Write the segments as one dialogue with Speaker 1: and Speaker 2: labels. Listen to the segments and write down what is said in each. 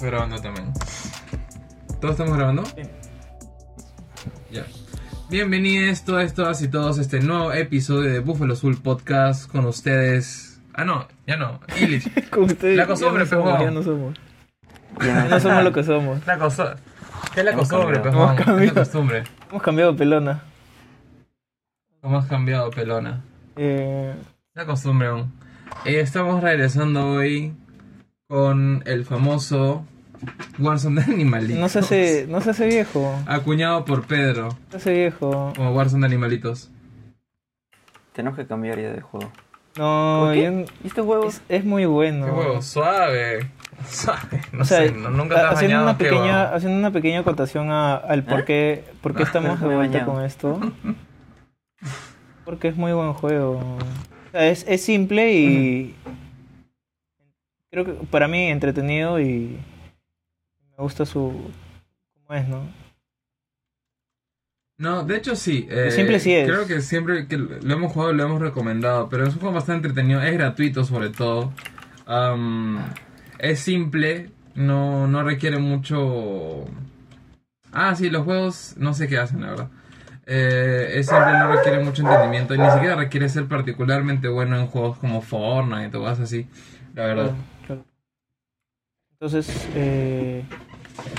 Speaker 1: Grabando también. ¿Todos estamos grabando?
Speaker 2: Sí.
Speaker 1: Ya. Bienvenidos todas, todas y todos a este nuevo episodio de Buffalo Azul Podcast con ustedes. Ah, no, ya no. Illich.
Speaker 2: Con ustedes.
Speaker 1: La costumbre,
Speaker 2: ya no somos,
Speaker 1: pejón.
Speaker 2: ya no somos. Ya no somos lo que somos.
Speaker 1: La cosa. ¿Qué es la
Speaker 3: Hemos
Speaker 1: costumbre,
Speaker 3: cambiado.
Speaker 1: pejón?
Speaker 2: Hemos
Speaker 1: ¿Qué Es la
Speaker 2: cambiado.
Speaker 1: costumbre.
Speaker 2: Hemos cambiado de pelona.
Speaker 1: ¿Cómo has cambiado, pelona?
Speaker 2: Eh,
Speaker 1: La costumbre aún. Eh, estamos regresando hoy con el famoso Warzone de Animalitos.
Speaker 2: no, se hace, no se hace viejo.
Speaker 1: Acuñado por Pedro
Speaker 2: No se hace viejo.
Speaker 1: como Warzone de Animalitos.
Speaker 3: Tenemos que cambiar ya de juego.
Speaker 2: No,
Speaker 3: ¿Qué?
Speaker 2: yo n-
Speaker 3: ¿Y estos huevos?
Speaker 2: es, es muy bueno.
Speaker 1: este Qué huevo, suave. Suave. No
Speaker 2: O sea,
Speaker 1: sé, no- nunca te
Speaker 2: ha-
Speaker 1: has
Speaker 2: haciendo,
Speaker 1: bañado.
Speaker 2: una
Speaker 1: qué
Speaker 2: pequeña,
Speaker 1: huevo. ¿Eh? Ah,
Speaker 2: haciendo una pequeña acotación a- al por qué, por qué estamos
Speaker 3: me
Speaker 2: de
Speaker 3: he
Speaker 2: vuelta
Speaker 3: bañado.
Speaker 2: con esto. Porque es muy buen juego. O sea, es, es simple y. Creo que para mí entretenido y. Me gusta su. ¿Cómo es, no?
Speaker 1: No, de hecho sí. eh,
Speaker 2: Simple sí es.
Speaker 1: Creo que siempre que lo hemos jugado lo hemos recomendado. Pero es un juego bastante entretenido. Es gratuito sobre todo. Am, es simple. No, no requiere mucho... Ah, sí, los juegos no sé qué hacen, la verdad. Eh, es simple, no requiere mucho entendimiento. Y ni siquiera requiere ser particularmente bueno en juegos como Fortnite o cosas así. La verdad.
Speaker 2: Claro. Entonces, eh,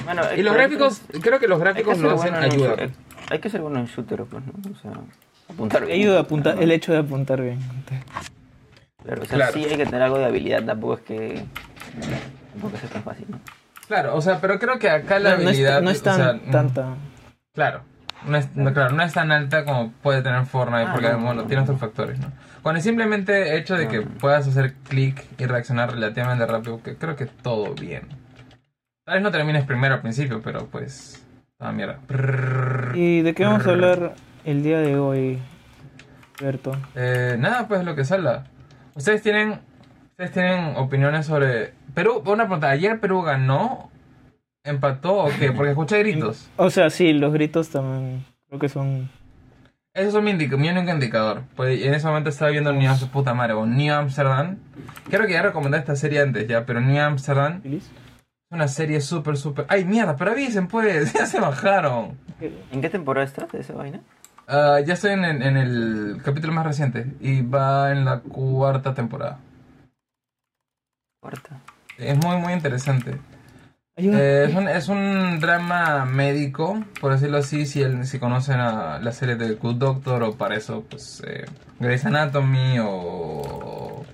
Speaker 3: Bueno,
Speaker 1: Y los
Speaker 3: pero
Speaker 1: gráficos,
Speaker 3: entonces,
Speaker 1: creo que los
Speaker 3: hay
Speaker 1: gráficos
Speaker 3: que
Speaker 1: lo
Speaker 3: ser
Speaker 1: hacen
Speaker 3: bueno en
Speaker 1: ayuda.
Speaker 3: shooter. Hay que ser bueno en shooter, pues, ¿no? O sea, apuntar bien.
Speaker 2: ayuda a apuntar, el hecho de apuntar bien.
Speaker 3: Claro, o sea,
Speaker 1: Claro.
Speaker 3: sí hay que tener algo de habilidad, tampoco es que. Tampoco es tan fácil, ¿no?
Speaker 1: Claro, o sea, pero creo que acá la
Speaker 2: No, no es-
Speaker 1: habilidad.
Speaker 2: no es
Speaker 1: o
Speaker 2: tan,
Speaker 1: sea, mm,
Speaker 2: tanta.
Speaker 1: Claro. No es, no, claro, no es tan alta como puede tener Fortnite,
Speaker 3: Ah,
Speaker 1: porque
Speaker 3: no,
Speaker 1: bueno,
Speaker 3: no,
Speaker 1: tiene
Speaker 3: no.
Speaker 1: otros factores, ¿no? Con el simplemente hecho de que
Speaker 2: Ah.
Speaker 1: puedas hacer clic y reaccionar relativamente rápido, que creo que todo bien. Tal vez no termines primero al principio, pero pues. Ah, mierda. Prrrr.
Speaker 2: ¿Y de qué vamos a hablar el día de hoy, Berto?
Speaker 1: Eh, nada, pues lo que salga. Ustedes tienen. Ustedes tienen opiniones sobre. Perú, una pregunta, ¿ayer Perú ganó? ¿Empató o qué? Porque escuché gritos.
Speaker 2: O sea, sí, los gritos también creo que son...
Speaker 1: Eso es un indica- mi único indicador. Pues en ese momento estaba viendo New Amsterdam, puta madre, o New Amsterdam. Creo que ya recomendé esta serie antes ya, pero New Amsterdam es
Speaker 2: ¿Feliz?
Speaker 1: una serie súper, súper... ¡Ay, mierda! Pero avisen, pues, ya se bajaron.
Speaker 3: ¿En qué temporada estás de esa vaina?
Speaker 1: Ah, ya estoy en, en- en el capítulo más reciente y va en la cuarta temporada.
Speaker 3: Cuarta.
Speaker 1: Es muy, muy interesante.
Speaker 2: Ayuda.
Speaker 1: Eh, es, un, es un drama médico, por decirlo así, si, el- si conocen a la serie de Good Doctor o para eso, pues eh, Grey's Anatomy o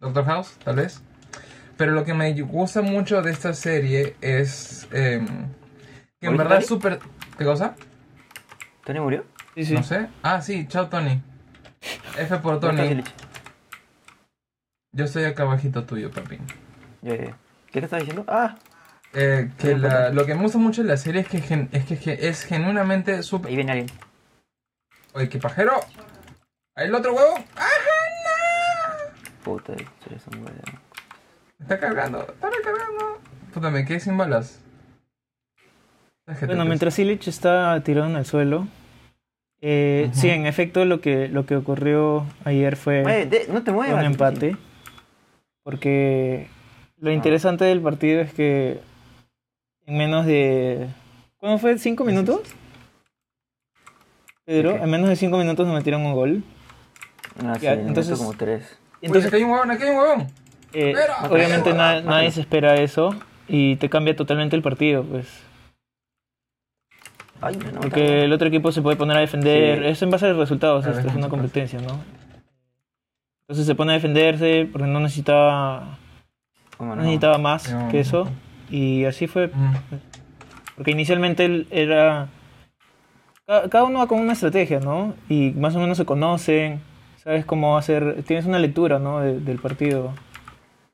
Speaker 1: Doctor House, tal vez. Pero lo que me gusta mucho de esta serie es em, que en
Speaker 3: ¿Murió
Speaker 1: verdad
Speaker 3: Tony?
Speaker 1: es súper... ¿Qué cosa?
Speaker 3: ¿Tony murió?
Speaker 2: sí, sí.
Speaker 1: No sé. Ah, sí, chao Tony. F por
Speaker 3: ¿Dónde estás,
Speaker 1: Tony.
Speaker 3: Illich?
Speaker 1: Yo estoy acá abajito tuyo, papi.
Speaker 3: Ya, ya, ya. ¿Qué te estás diciendo? Ah,
Speaker 1: Eh, que la- lo que me gusta mucho de la serie es que, gen- es, que gen- es genuinamente súper...
Speaker 3: ahí viene alguien.
Speaker 1: Oye, qué pajero. Ahí el otro huevo. ¡Ah!
Speaker 3: Puta, eso es un huevo.
Speaker 1: Me Está cargando, está recargando. Puta, me quedé sin balas. pues. Es que te-
Speaker 2: Bueno, mientras Illich está tirado en el suelo, eh, sí, en efecto lo que, lo que ocurrió ayer fue...
Speaker 3: Mueve, de- no
Speaker 2: fue
Speaker 3: te muevas.
Speaker 2: Eh, un empate. Porque lo interesante del partido es que en menos de. ¿Cuándo fue? ¿Cinco minutos? Pedro,
Speaker 3: Ok.
Speaker 2: en menos de cinco minutos nos metieron un gol.
Speaker 3: No, Ah, sí,
Speaker 2: Ya, entonces-
Speaker 3: entonces. como tres.
Speaker 1: Uy,
Speaker 2: Entonces,
Speaker 1: aquí hay un huevón, aquí hay un huevón.
Speaker 2: eh,
Speaker 1: Pero-
Speaker 2: obviamente
Speaker 1: Pero-
Speaker 2: na- nadie se espera eso y te cambia totalmente el partido, pues.
Speaker 3: Ay, no, no.
Speaker 2: Porque el otro equipo se puede poner a defender.
Speaker 3: Sí.
Speaker 2: Es en base a los resultados,
Speaker 1: Claro,
Speaker 2: esto
Speaker 1: es
Speaker 2: es una
Speaker 1: mucho más.
Speaker 2: competencia, ¿no? Entonces se pone a defenderse porque no necesitaba,
Speaker 3: ¿Cómo
Speaker 2: no
Speaker 3: no?
Speaker 2: necesitaba más
Speaker 1: No,
Speaker 2: que
Speaker 1: no.
Speaker 2: eso. Y así fue
Speaker 1: Mm.
Speaker 2: Porque inicialmente él era... ca- Cada uno va con una estrategia, ¿no? Y más o menos se conocen, sabes cómo va a ser... Tienes una lectura, ¿no? De- del partido.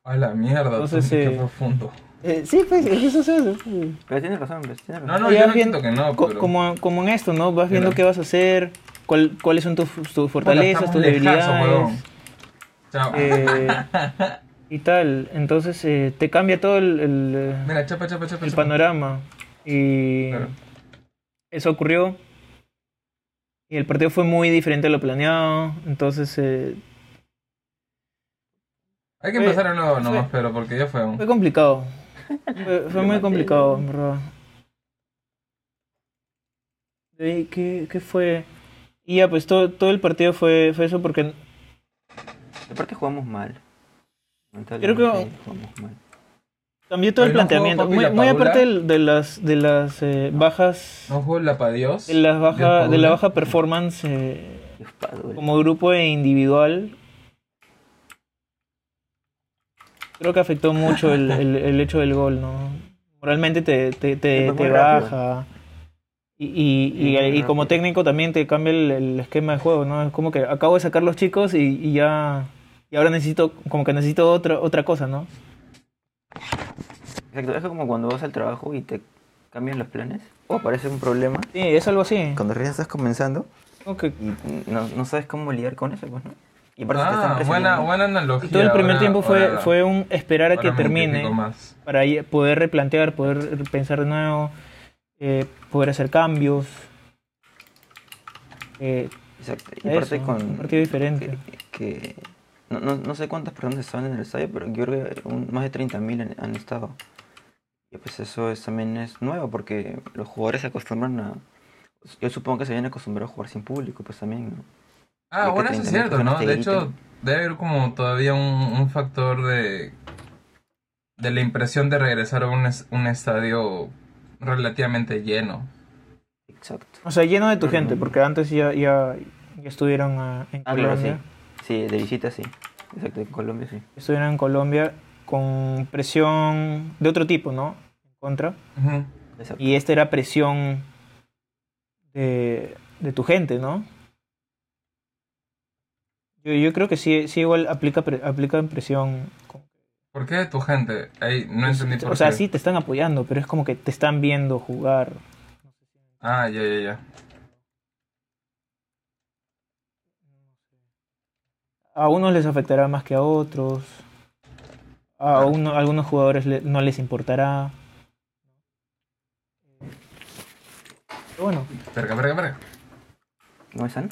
Speaker 1: A la mierda,
Speaker 2: Entonces,
Speaker 1: tú, qué
Speaker 2: eh,
Speaker 1: profundo.
Speaker 2: sí, pues, eso se hace.
Speaker 3: Pero tienes razón, pero tienes razón.
Speaker 1: No, no,
Speaker 2: ya
Speaker 1: yo no
Speaker 2: bien,
Speaker 1: quito que no, pero...
Speaker 2: como, como en esto, ¿no? Vas viendo
Speaker 1: Claro.
Speaker 2: qué vas a hacer, cuál- cuáles son tus, tus
Speaker 1: Puta,
Speaker 2: fortalezas,
Speaker 1: estamos
Speaker 2: tus
Speaker 1: lejazo,
Speaker 2: debilidades.
Speaker 1: huevón. Chao.
Speaker 2: eh, y tal. Entonces eh, te cambia todo el- el, eh,
Speaker 1: Mira, chapa, chapa, chapa.
Speaker 2: el
Speaker 1: chapa.
Speaker 2: panorama. Y
Speaker 1: Claro.
Speaker 2: eso ocurrió. Y el partido fue muy diferente a lo planeado. Entonces eh,
Speaker 1: Hay que
Speaker 2: Fue-
Speaker 1: empezar de nuevo
Speaker 2: fue- eh,
Speaker 1: nomás, pero porque ya fue un...
Speaker 2: Pues- fue complicado. Fue, fue muy complicado, en verdad. De ahí, ¿Qué, qué fue? Y ya, pues todo, todo el partido fue, fue eso porque
Speaker 3: Aparte jugamos mal.
Speaker 2: Lamentablemente,
Speaker 3: jugamos mal.
Speaker 2: cambió todo el
Speaker 1: Pero no jugó
Speaker 2: planteamiento.
Speaker 1: Papi
Speaker 2: Muy,
Speaker 1: La
Speaker 2: muy
Speaker 1: Paula.
Speaker 2: aparte del- de, las, de las eh, bajas,
Speaker 1: ¿No jugó el Lapadios?
Speaker 2: de, las baja, de
Speaker 1: Paula.
Speaker 2: la baja performance eh, como grupo e individual. Creo que afectó mucho el, el- el hecho del gol, ¿no? Moralmente te, te, te-
Speaker 3: Sí, fue
Speaker 2: te
Speaker 3: muy rápido.
Speaker 2: baja. Y, y, y-
Speaker 3: Sí, muy
Speaker 2: y como
Speaker 3: rápido.
Speaker 2: técnico también te cambia el, el esquema de juego, ¿no? Es como que acabo de sacar los chicos y, y ya. Y ahora necesito, como que necesito otra, otra cosa, ¿no?
Speaker 3: Exacto, es como cuando vas al trabajo y te cambian los planes o aparece un problema.
Speaker 2: Sí, es algo así.
Speaker 3: Cuando recién estás comenzando
Speaker 2: Como que
Speaker 3: y no, no sabes cómo lidiar con eso, pues, ¿no? Y aparte te están
Speaker 1: Ah, buena,
Speaker 3: presionando.
Speaker 1: buena analogía.
Speaker 2: todo el primer
Speaker 1: ahora-
Speaker 2: tiempo fue,
Speaker 1: ahora-
Speaker 2: fue un esperar a
Speaker 1: ahora
Speaker 2: que
Speaker 1: me
Speaker 2: termine.
Speaker 1: identifico más.
Speaker 2: para ahí poder replantear, poder pensar de nuevo, eh, poder hacer cambios. Eh,
Speaker 3: Exacto, y
Speaker 2: Eso,
Speaker 3: aparte con...
Speaker 2: un partido diferente.
Speaker 3: Que, que- no, no, no sé cuántas personas estaban en el estadio, pero yo creo que un- más de 30.000 han, han estado. Y pues eso es- también es nuevo, porque los jugadores se acostumbran a... Yo supongo que se habían acostumbrado a jugar sin público, pues también, ¿no?
Speaker 1: Ah,
Speaker 3: Ya
Speaker 1: bueno,
Speaker 3: que
Speaker 1: eso es
Speaker 3: 30.000
Speaker 1: cierto, ¿no?
Speaker 3: personas
Speaker 1: De
Speaker 3: te
Speaker 1: hecho, debe haber como todavía un, un factor de, de la impresión de regresar a un, es- un estadio relativamente lleno.
Speaker 3: Exacto.
Speaker 2: o sea, lleno de tu gente, porque antes ya, ya, ya estuvieron ah, en
Speaker 3: Ah, claro, sí.
Speaker 2: Colombia.
Speaker 3: Sí, de visita sí. Exacto, en Colombia sí.
Speaker 2: Estuvieron en Colombia con presión de otro tipo, ¿no? En contra.
Speaker 1: Ujú.
Speaker 3: Exacto.
Speaker 2: Y esta era presión de, de tu gente, ¿no? Yo, yo creo que sí, sí igual aplica, pre- aplica presión con-
Speaker 1: ¿Por qué de tu gente? Ahí no
Speaker 2: Pues,
Speaker 1: entendí por
Speaker 2: o sea,
Speaker 1: qué.
Speaker 2: sí te están apoyando, pero es como que te están viendo jugar.
Speaker 1: Ah, ya, ya, ya.
Speaker 2: A unos les afectará más que a otros. A uno- a algunos jugadores le- no les importará. Pero bueno,
Speaker 1: Verga, verga, verga.
Speaker 3: ¿No están?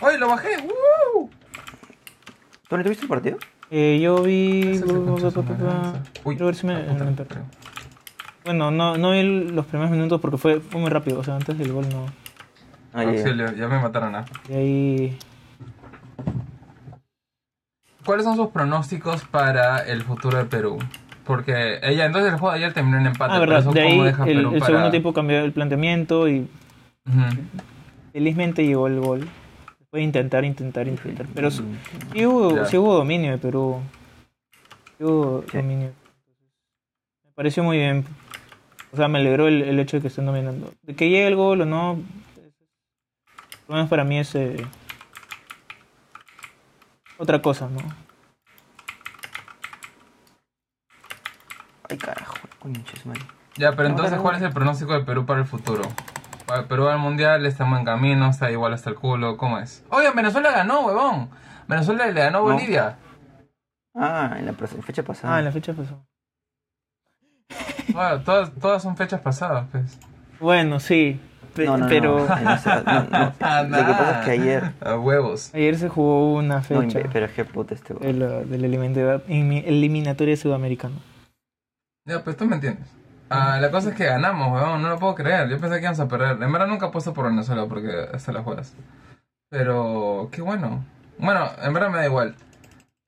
Speaker 1: ¡Ay, lo bajé! Uh, ¡Woo!
Speaker 3: ¿Tú no tuviste el partido?
Speaker 2: eh, yo vi.
Speaker 1: Ese es el concha de su madre, ese. Uy,
Speaker 2: Quiero ver si me-
Speaker 1: la puta,
Speaker 2: me enteré. Bueno, no, no vi los primeros minutos porque fue, fue muy rápido. O sea, antes del gol no.
Speaker 3: Ah, ya, ya.
Speaker 1: Auxilio, ya me mataron ah.
Speaker 2: Y ahí.
Speaker 1: ¿Cuáles son sus pronósticos para el futuro de Perú? Porque ella, entonces el juego de ayer terminó en empate.
Speaker 2: Ah,
Speaker 1: pero
Speaker 2: verdad.
Speaker 1: eso
Speaker 2: De ahí
Speaker 1: cómo deja a
Speaker 2: el,
Speaker 1: Perú
Speaker 2: el
Speaker 1: para-
Speaker 2: segundo tiempo cambió el planteamiento y
Speaker 1: Ujú.
Speaker 2: felizmente llegó el gol. Después de intentar, intentar, intentar. Pero
Speaker 3: Mm,
Speaker 2: su- Sí hubo,
Speaker 1: Ya.
Speaker 2: sí hubo dominio de Perú. Sí hubo
Speaker 3: Sí.
Speaker 2: dominio. Me pareció muy bien. O sea, me alegró el, el hecho de que estén dominando. De que llegue el gol o no, por lo menos para mí es eh, otra cosa, ¿no?
Speaker 3: Ay, carajo, concha de su madre.
Speaker 1: Ya, pero
Speaker 3: No,
Speaker 1: entonces,
Speaker 3: pero-
Speaker 1: ¿cuál es el pronóstico de Perú para el futuro? Para Perú al mundial, estamos en camino, está igual hasta el culo, ¿cómo es? Oye, Venezuela ganó, huevón. Venezuela le ganó a
Speaker 3: No.
Speaker 1: Bolivia.
Speaker 3: Ah, en la pres- fecha pasada.
Speaker 2: Ah, en la fecha pasó.
Speaker 1: Bueno, todas, todas son fechas pasadas, pues.
Speaker 2: Bueno, sí. pe-
Speaker 3: No, no, no,
Speaker 2: pero
Speaker 3: en esa- no, no. Lo que pasa es que ayer...
Speaker 1: Ah, A huevos.
Speaker 2: ayer se jugó una
Speaker 3: No,
Speaker 2: fecha
Speaker 3: imbe- pero es que puta este güey.
Speaker 2: de la- de la eliminatoria- elimi- eliminatoria sudamericana.
Speaker 1: Ya, pues tú me entiendes. Ah, la cosa es que ganamos, huevón, no lo puedo creer. Yo pensé que íbamos a perder. En verdad nunca apuesto por Venezuela porque hasta las juegas. Pero, qué bueno. Bueno, en verdad me da igual.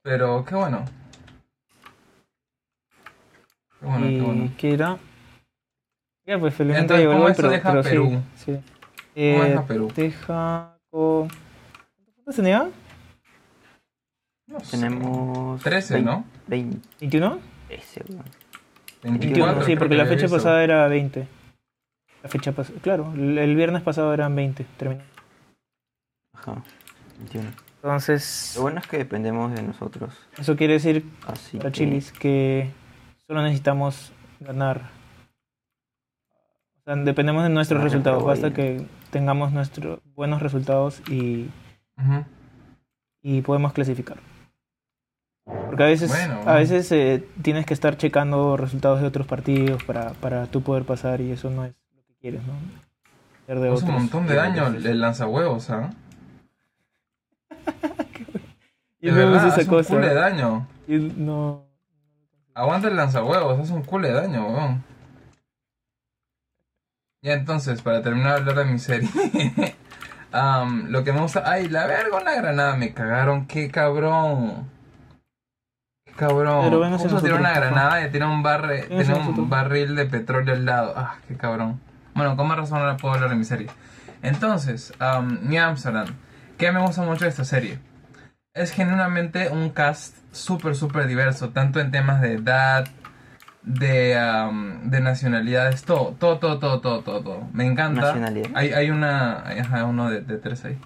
Speaker 1: Pero, qué bueno. Qué bueno,
Speaker 2: y
Speaker 1: qué bueno.
Speaker 2: que era ya pues felizmente
Speaker 1: Entonces,
Speaker 2: llegó el
Speaker 1: ¿cómo
Speaker 2: gol,
Speaker 1: esto
Speaker 2: pero,
Speaker 1: deja
Speaker 2: pero
Speaker 1: Perú?
Speaker 2: sí, sí.
Speaker 1: ¿Cómo
Speaker 2: Eh,
Speaker 1: deja Perú?
Speaker 2: deja con ¿cuántos tenía?
Speaker 1: No sé.
Speaker 3: Tenemos...
Speaker 1: 13,
Speaker 3: vein-
Speaker 1: ¿no?
Speaker 3: 20,
Speaker 2: ¿21?
Speaker 3: ese, güey.
Speaker 2: 21
Speaker 1: 24.
Speaker 2: sí
Speaker 1: creo
Speaker 2: porque
Speaker 1: que
Speaker 2: la
Speaker 1: había
Speaker 2: fecha
Speaker 1: visto.
Speaker 2: pasada era 20 la fecha pasada claro el el viernes pasado eran 20 terminó
Speaker 3: Ajá. 21.
Speaker 2: entonces
Speaker 3: Lo bueno es que dependemos de nosotros.
Speaker 2: eso quiere decir
Speaker 3: Así
Speaker 2: para
Speaker 3: que-
Speaker 2: Chilis que solo necesitamos ganar o sea, dependemos de nuestros
Speaker 3: Ganar el
Speaker 2: resultados
Speaker 3: juego
Speaker 2: basta
Speaker 3: ahí.
Speaker 2: que tengamos nuestros buenos resultados y
Speaker 1: Ujú.
Speaker 2: y podemos clasificar. Porque a veces,
Speaker 1: Bueno,
Speaker 2: a
Speaker 1: bueno.
Speaker 2: veces eh, tienes que estar checando resultados de otros partidos para, para tú poder pasar y eso no es lo que quieres, ¿no? Ser de
Speaker 1: Hace un
Speaker 2: otros.
Speaker 1: montón de daño el lanzahuevos, ¿ah?
Speaker 2: Y
Speaker 1: De
Speaker 2: luego
Speaker 1: verdad,
Speaker 2: esa
Speaker 1: hace un culo de
Speaker 2: cosa.
Speaker 1: daño.
Speaker 2: y no-
Speaker 1: Aguanta el lanzahuevos, hace un culo de daño, weón. Ya entonces, para terminar de hablar de mi serie. am, lo que me gusta. Ay, la verga, una granada me cagaron, qué cabrón. Qué cabrón.
Speaker 2: Pero ven hacia
Speaker 1: Justo tiró
Speaker 2: nosotros,
Speaker 1: una
Speaker 2: por favor.
Speaker 1: granada y tiene un, barre,
Speaker 2: Ven hacia
Speaker 1: tiene un
Speaker 2: nosotros.
Speaker 1: barril de petróleo al lado. Ah, qué cabrón. Bueno, con más razón ahora puedo hablar de mi serie. Entonces, am, New Amsterdam. ¿Qué me gusta mucho de esta serie? Es genuinamente un cast súper, súper diverso, tanto en temas de edad, de, am, de nacionalidades, todo, todo, todo, todo, todo, todo, todo. Me encanta.
Speaker 3: Nacionalidades.
Speaker 1: Hay, hay una, ajá, uno de, de tres ahí.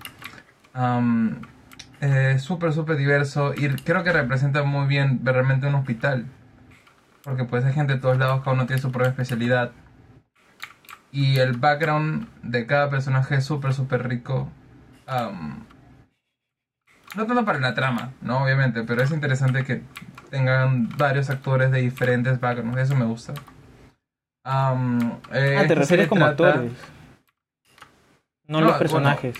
Speaker 1: Am, eh, súper, súper diverso y creo que representa muy bien realmente un hospital. Porque pues hay gente de todos lados, cada uno tiene su propia especialidad. Y el background de cada personaje es súper, súper rico. Am, no tanto para la trama, ¿no? Obviamente, pero es interesante que tengan varios actores de diferentes backgrounds. Eso me gusta. Am, eh,
Speaker 2: Ah,
Speaker 1: esta
Speaker 2: te refieres
Speaker 1: serie
Speaker 2: como
Speaker 1: trata-
Speaker 2: actores. No,
Speaker 1: No,
Speaker 2: los personajes.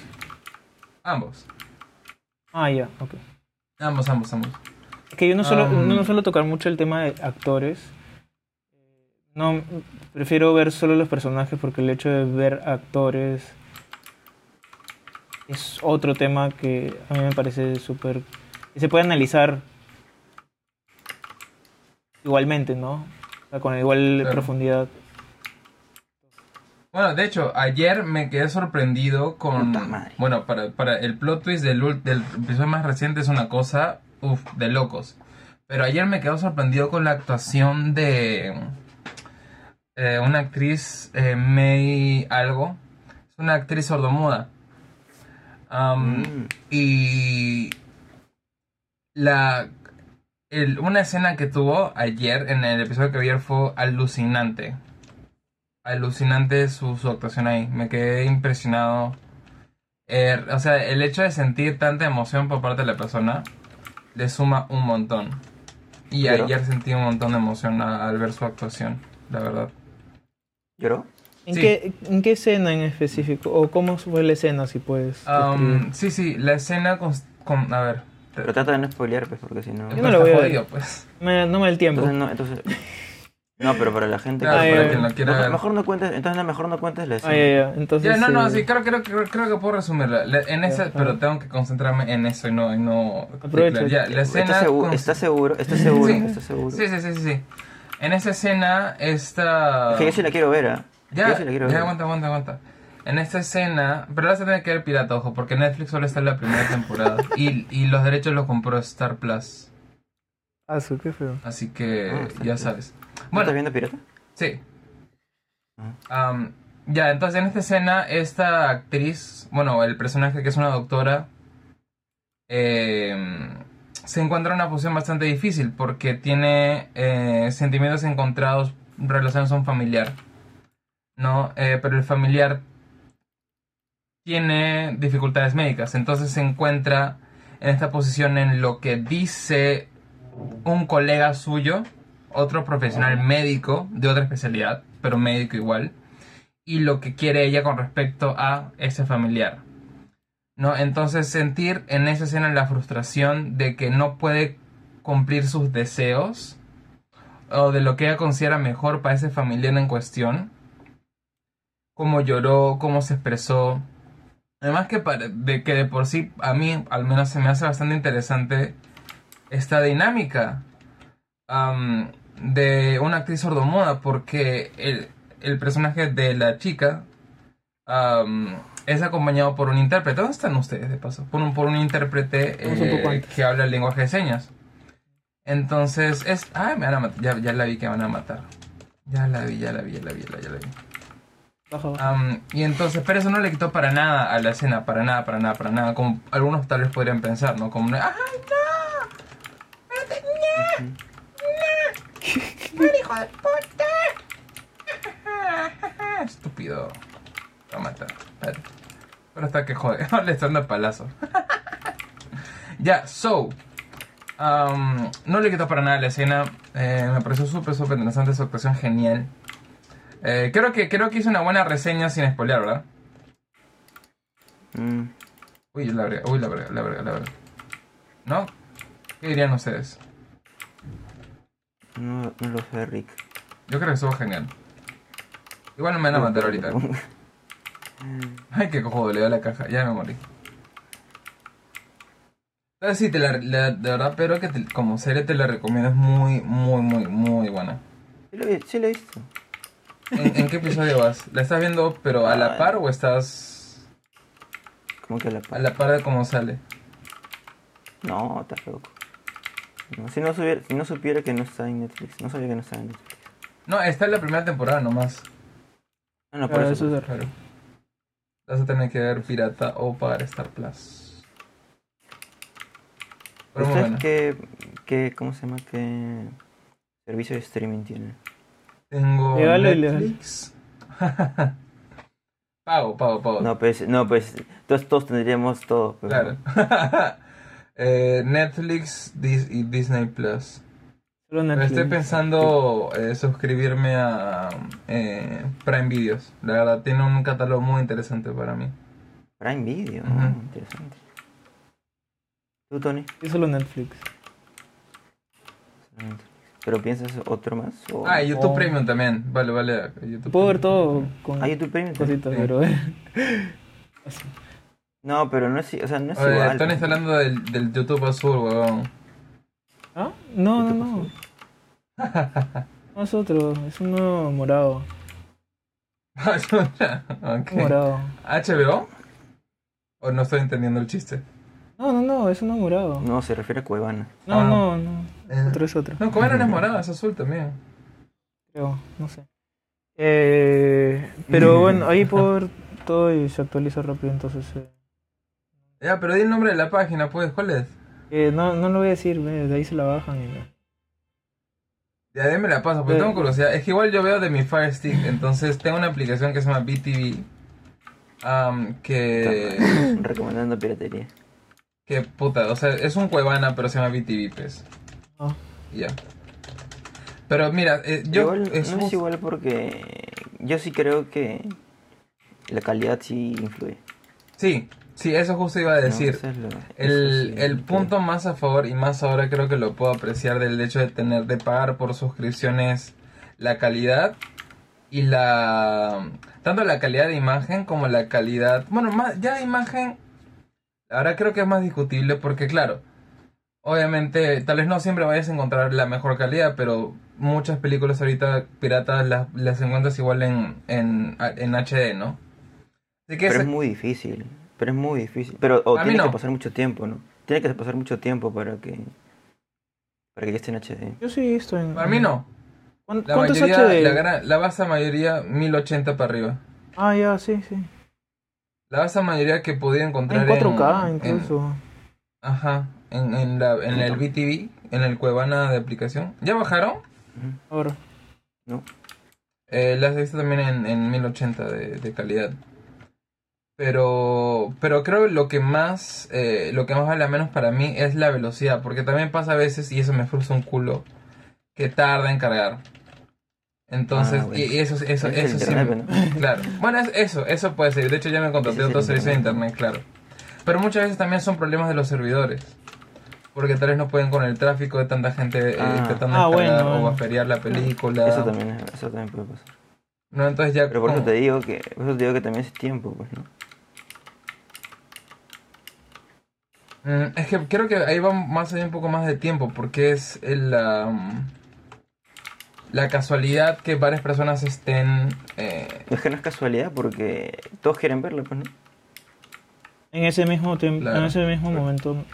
Speaker 1: Ambos.
Speaker 2: Ah, ya, ok.
Speaker 1: Ambos, ambos, ambos.
Speaker 2: Es que yo no suelo,
Speaker 1: Um,
Speaker 2: no suelo tocar mucho el tema de actores. No, prefiero ver solo los personajes porque el hecho de ver actores es otro tema que a mí me parece súper... que se puede analizar igualmente, ¿no? O sea, con igual
Speaker 1: Claro.
Speaker 2: profundidad.
Speaker 1: Bueno, de hecho, ayer me quedé sorprendido con...
Speaker 3: Puta madre.
Speaker 1: Bueno, para, para el plot twist del, ul- del episodio más reciente es una cosa, uff, de locos. Pero ayer me quedé sorprendido con la actuación de eh, una actriz, eh, May algo. Es una actriz sordomuda. Am,
Speaker 3: Mm.
Speaker 1: Y la el- una escena que tuvo ayer en el episodio que vi ayer fue alucinante. Alucinante su, su actuación ahí. Me quedé impresionado. Eh, o sea, el hecho de sentir tanta emoción por parte de la persona le suma un montón. Y
Speaker 3: Claro.
Speaker 1: ayer sentí un montón de emoción a- al ver su actuación, la verdad.
Speaker 2: Este,
Speaker 3: ¿Lloró?
Speaker 2: ¿En,
Speaker 1: Sí.
Speaker 2: qué, ¿En qué escena en específico? ¿O cómo fue la escena, si puedes?
Speaker 1: Um,
Speaker 2: describir?
Speaker 1: sí, sí, la escena con... con- a ver.
Speaker 3: Pero trata de no spoilear, pues, porque si no...
Speaker 2: Yo
Speaker 1: Pero
Speaker 2: no la
Speaker 1: está
Speaker 2: voy a ver.
Speaker 1: jodido, pues.
Speaker 2: Me- no me da el tiempo.
Speaker 3: Entonces no, entonces... No, pero para la gente...
Speaker 1: Claro,
Speaker 2: Ah,
Speaker 1: para
Speaker 2: ya.
Speaker 1: quien la quiera
Speaker 3: Mejor-
Speaker 1: ver.
Speaker 3: mejor no cuentes, entonces no, mejor no cuentes la
Speaker 2: Ah,
Speaker 3: escena.
Speaker 2: ya, ya. Entonces,
Speaker 1: Ya, no, no,
Speaker 2: eh,
Speaker 1: sí, creo, creo, creo, creo que puedo resumirla. La- en esa,
Speaker 2: Ya,
Speaker 1: pero
Speaker 2: ah.
Speaker 1: tengo que concentrarme en eso y no. Y no
Speaker 2: Aprovecha.
Speaker 1: Ya, la escena.
Speaker 3: ¿Estás seguro?
Speaker 1: con-
Speaker 3: ¿Estás seguro? ¿Estás seguro?
Speaker 1: Sí.
Speaker 3: ¿Estás seguro?
Speaker 1: Sí, sí, sí, sí, sí. En esa escena, esta.
Speaker 3: Es que yo sí la quiero ver, ¿ah?
Speaker 1: Ya,
Speaker 3: Yo sí la quiero
Speaker 1: ya,
Speaker 3: ver.
Speaker 1: aguanta, aguanta, aguanta. En esta escena, pero ahora se tiene que ver pirata, ojo, porque Netflix solo está en la primera temporada. y, y los derechos los compró Star Plus.
Speaker 2: Ah, su, qué feo.
Speaker 1: Así que
Speaker 3: Ah, Star
Speaker 1: ya
Speaker 3: Plus.
Speaker 1: sabes.
Speaker 3: ¿No
Speaker 1: Bueno,
Speaker 3: ¿Estás viendo pirata?
Speaker 1: Sí.
Speaker 3: Ajá.
Speaker 1: Am, ya, entonces en esta escena, esta actriz, bueno, el personaje que es una doctora, eh, se encuentra en una posición bastante difícil porque tiene eh, sentimientos encontrados relacionados a un familiar. ¿No? Eh, pero el familiar tiene dificultades médicas, entonces se encuentra en esta posición en lo que dice un colega suyo, otro profesional médico de otra especialidad, pero médico igual, y lo que quiere ella con respecto a ese familiar. ¿No? Entonces sentir en esa escena la frustración de que no puede cumplir sus deseos o de lo que ella considera mejor para ese familiar en cuestión. Cómo lloró, cómo se expresó. Además que, para- de, que de por sí a mí al menos se me hace bastante interesante esta dinámica am, de una actriz sordomuda porque el, el personaje de la chica am, es acompañado por un intérprete. ¿Dónde están ustedes de paso? Por un, por un intérprete
Speaker 2: Vamos un
Speaker 1: eh,
Speaker 2: poco antes.
Speaker 1: que habla el lenguaje de señas. Entonces es... ¡Ay, me van a matar! Ya, ya la vi que van a matar. Ya la vi, ya la vi, ya la vi, ya la, ya la vi.
Speaker 2: Baja, baja.
Speaker 1: Am, y entonces, pero eso no le quitó para nada a la escena, para nada, para nada, para nada, como algunos tal vez podrían pensar, ¿no? Como, ¡ay, no! ¡Vete, ña! ¡Ña! ¡Mal hijo de puta! Estúpido. Lo mata. Espérate. Pero está que jode. le están dando palazo. ya, so. am, no le quitó para nada la escena. eh, me pareció súper, súper interesante su actuación genial. Eh, creo que creo que hice una buena reseña sin spoiler, ¿verdad?
Speaker 3: Mm.
Speaker 1: Uy, la verga, uy, la verga, la verga, la verga. ¿No? ¿Qué dirían ustedes?
Speaker 3: No, no lo sé, Rick.
Speaker 1: Yo creo que estuvo genial. Igual no me van a matar ahorita. Ay, qué cojudo, le doy a la caja. Ya me morí. Pero sí, te la, la- de verdad, pero que te- como serie te la recomiendo. Es muy, muy, muy, muy buena.
Speaker 3: Sí lo, he- sí lo he visto.
Speaker 1: ¿En, en qué episodio vas? ¿La estás viendo pero a la par o estás
Speaker 3: Como que a la par.
Speaker 1: a la par de cómo sale?
Speaker 3: No, estás loco. No, si, no supiera, si no supiera que no está en Netflix, no sabía que no estaba en Netflix.
Speaker 1: No, está en la primera temporada nomás.
Speaker 3: Ah, no, por
Speaker 2: Claro,
Speaker 3: eso.
Speaker 2: eso es
Speaker 1: Claro. Vas a tener que ver Pirata o pagar Star Plus. Pero muy
Speaker 3: ¿Ustedes
Speaker 1: buena.
Speaker 3: qué, qué, cómo se llama, qué servicio de streaming tienen?
Speaker 1: Tengo
Speaker 2: Legal, legal.
Speaker 1: Netflix. pago, pago, pago.
Speaker 3: No, pues, no, pues, todos, todos tendríamos todo. pero-
Speaker 1: Claro. Eh, Netflix Dis- y Disney Plus. Pero
Speaker 2: Solo Netflix.
Speaker 1: estoy pensando eh, suscribirme a eh, Prime Videos. La verdad, tiene un catálogo muy interesante para mí.
Speaker 3: Prime Video,
Speaker 1: Ujú.
Speaker 3: ah, interesante. ¿Tú, Tony?
Speaker 2: Sí, solo Netflix.
Speaker 3: Solamente. ¿Pero piensas otro más? O...
Speaker 1: Ah, y YouTube
Speaker 2: Oh.
Speaker 1: Premium también. Vale, vale. YouTube
Speaker 2: Puedo
Speaker 1: Premium.
Speaker 2: ver todo con
Speaker 3: Ah, YouTube Premium. también.
Speaker 2: cositas,
Speaker 1: Pues Sí.
Speaker 2: pero.
Speaker 3: No, pero no es, i- o sea, no es
Speaker 1: Oye,
Speaker 3: igual.
Speaker 1: están instalando del, del YouTube azul, huevón.
Speaker 2: ¿Ah? No, no,
Speaker 3: YouTube
Speaker 2: no.
Speaker 3: azul.
Speaker 2: No es otro, es uno morado. Un
Speaker 1: Ah, ok.
Speaker 2: morado.
Speaker 1: ¿HBO? ¿O no estoy entendiendo el chiste?
Speaker 2: No, no, no, es uno morado.
Speaker 3: No, se refiere a Cuevana.
Speaker 2: No,
Speaker 1: Ah.
Speaker 2: no, no.
Speaker 1: Eh,
Speaker 2: Otro es otro,
Speaker 1: No, Comero no es morado, es azul también.
Speaker 2: creo, no sé. Eh, pero
Speaker 1: Mm.
Speaker 2: bueno, ahí por todo y se actualiza rápido, entonces. eh.
Speaker 1: Ya, pero di el nombre de la página, pues. ¿Cuál es?
Speaker 2: Eh, no, no lo voy a decir, ve, de ahí se la bajan. y no.
Speaker 1: Ya, déme la paso, porque
Speaker 2: Eh.
Speaker 1: tengo curiosidad. Es que igual yo veo de mi Fire Stick, entonces tengo una aplicación que se llama BTV. am, que.
Speaker 3: Recomendando piratería.
Speaker 1: Que puta, o sea, es un cuevana, pero se llama BTV, pues.
Speaker 2: Ah.
Speaker 1: Y Ya. Pero mira, eh, yo.
Speaker 3: igual,
Speaker 1: es
Speaker 3: no
Speaker 1: justo-
Speaker 3: es igual porque yo sí creo que la calidad sí influye.
Speaker 1: Sí, sí, eso justo iba a
Speaker 3: ¿no?
Speaker 1: decir.
Speaker 3: Eso es lo- eso
Speaker 1: El,
Speaker 3: sí,
Speaker 1: el
Speaker 3: pero-
Speaker 1: punto más a favor y más ahora creo que lo puedo apreciar del hecho de tener de pagar por suscripciones la calidad y la tanto la calidad de imagen como la calidad bueno más ya de imagen ahora creo que es más discutible porque claro obviamente tal vez no siempre vayas a encontrar la mejor calidad pero muchas películas ahorita piratas las, las encuentras igual en, en, en HD no así que
Speaker 3: Pero
Speaker 1: ese-
Speaker 3: es muy difícil. Pero es muy difícil. Pero o
Speaker 1: A mí
Speaker 3: tiene que
Speaker 1: no.
Speaker 3: pasar mucho tiempo, ¿no? Tiene que pasar mucho tiempo para que. Para que ya esté en HD.
Speaker 2: Yo sí estoy en.
Speaker 1: para mí no
Speaker 2: ¿Cuán-
Speaker 1: La
Speaker 2: ¿Cuánto es
Speaker 1: mayoría,
Speaker 2: HD?
Speaker 1: La, gran- la vasta mayoría, 1080 para arriba.
Speaker 2: Ah, ya, sí, sí.
Speaker 1: La vasta mayoría que podía
Speaker 2: Ah, En
Speaker 1: encontrar
Speaker 2: 4K
Speaker 1: en-
Speaker 2: incluso.
Speaker 1: en- ajá, en, en la- en el BTV, en el Cuevana de aplicación. ¿Ya bajaron?
Speaker 2: Ahora.
Speaker 3: ¿No?
Speaker 1: Eh, las he visto también en, en 1080 de, de calidad. Pero, pero creo lo que más, eh, lo que más vale la menos para mí es la velocidad, porque también pasa a veces, y eso me frustra un culo, que tarda en cargar. Entonces,
Speaker 3: Ah, bueno.
Speaker 1: y, y eso, eso,
Speaker 3: Es el
Speaker 1: eso sí me-
Speaker 3: internet, ¿no?
Speaker 1: Claro. Bueno, es- eso, eso puede ser. De hecho, ya me contraté
Speaker 3: Ese es
Speaker 1: otro
Speaker 3: el
Speaker 1: servicio de
Speaker 3: internet.
Speaker 1: internet, claro. Pero muchas veces también son problemas de los servidores. Porque tal vez no pueden con el tráfico de tanta gente eh,
Speaker 3: Ah.
Speaker 1: tratando
Speaker 2: Ah,
Speaker 1: de
Speaker 2: bueno,
Speaker 1: descargar
Speaker 2: bueno.
Speaker 1: o aferiar la película.
Speaker 3: Eso también, es- eso también puede pasar.
Speaker 1: No, entonces ya.
Speaker 3: Pero por eso
Speaker 1: como-
Speaker 3: te digo que, por eso te digo que también es tiempo, pues, ¿no?
Speaker 1: Mm, es que creo que ahí va más allá un poco más de tiempo, porque es el, la, mm, la casualidad que varias personas estén. eh,
Speaker 3: Es que no es casualidad porque todos quieren verlo, pues, ¿no?
Speaker 2: En ese mismo tiempo, en
Speaker 1: Claro.
Speaker 2: ese mismo momento.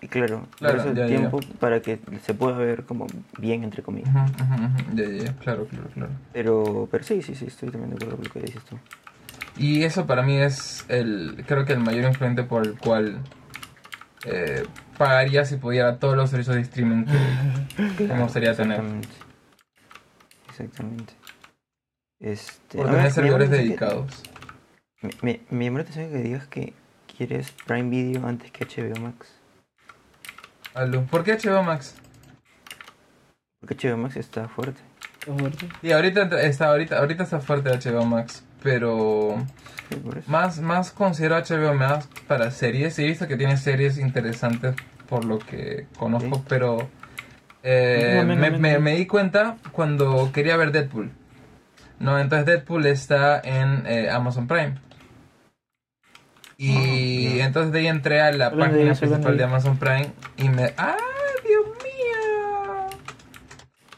Speaker 3: Y claro,
Speaker 1: Claro,
Speaker 3: por eso
Speaker 1: ya, ya,
Speaker 3: tiempo para que se pueda ver como bien, entre comillas.
Speaker 1: ujú, ujú, ujú, ya, ya, ya, claro, claro, claro.
Speaker 3: Pero, pero sí, sí, sí, estoy también de acuerdo con lo que dices tú.
Speaker 1: Y eso para mí es el, creo que el mayor influente por el cual eh, pagaría si pudiera todos los servicios de streaming que, que me gustaría tener.
Speaker 3: Exactamente. Exactamente. Este,
Speaker 1: Por
Speaker 3: a ver, me
Speaker 1: tener
Speaker 3: llamó la
Speaker 1: servidores
Speaker 3: atención que-
Speaker 1: dedicados.
Speaker 3: Me, me, me llamó la atención que digas que quieres Prime Video antes que HBO Max.
Speaker 1: Aló, ¿Por qué HBO Max?
Speaker 3: Porque HBO Max está fuerte.
Speaker 2: Qué fuerte.
Speaker 1: Y ahorita entra- está, ahorita, ahorita está fuerte HBO Max, pero
Speaker 3: Sí, por eso.
Speaker 1: más, más considero HBO Max para series. He visto que tiene series interesantes por lo que conozco,
Speaker 3: Sí.
Speaker 1: pero Eh,
Speaker 2: No, no, no,
Speaker 1: me,
Speaker 2: no,
Speaker 1: me-
Speaker 2: no.
Speaker 1: me di cuenta cuando quería ver Deadpool. No, entonces Deadpool está en eh, Amazon Prime. Y entonces de ahí entré a la
Speaker 2: Ah, Hablando de
Speaker 1: página
Speaker 2: eso, hablando
Speaker 1: principal de
Speaker 2: de-
Speaker 1: Amazon Prime y me... ¡Ah, Dios mío!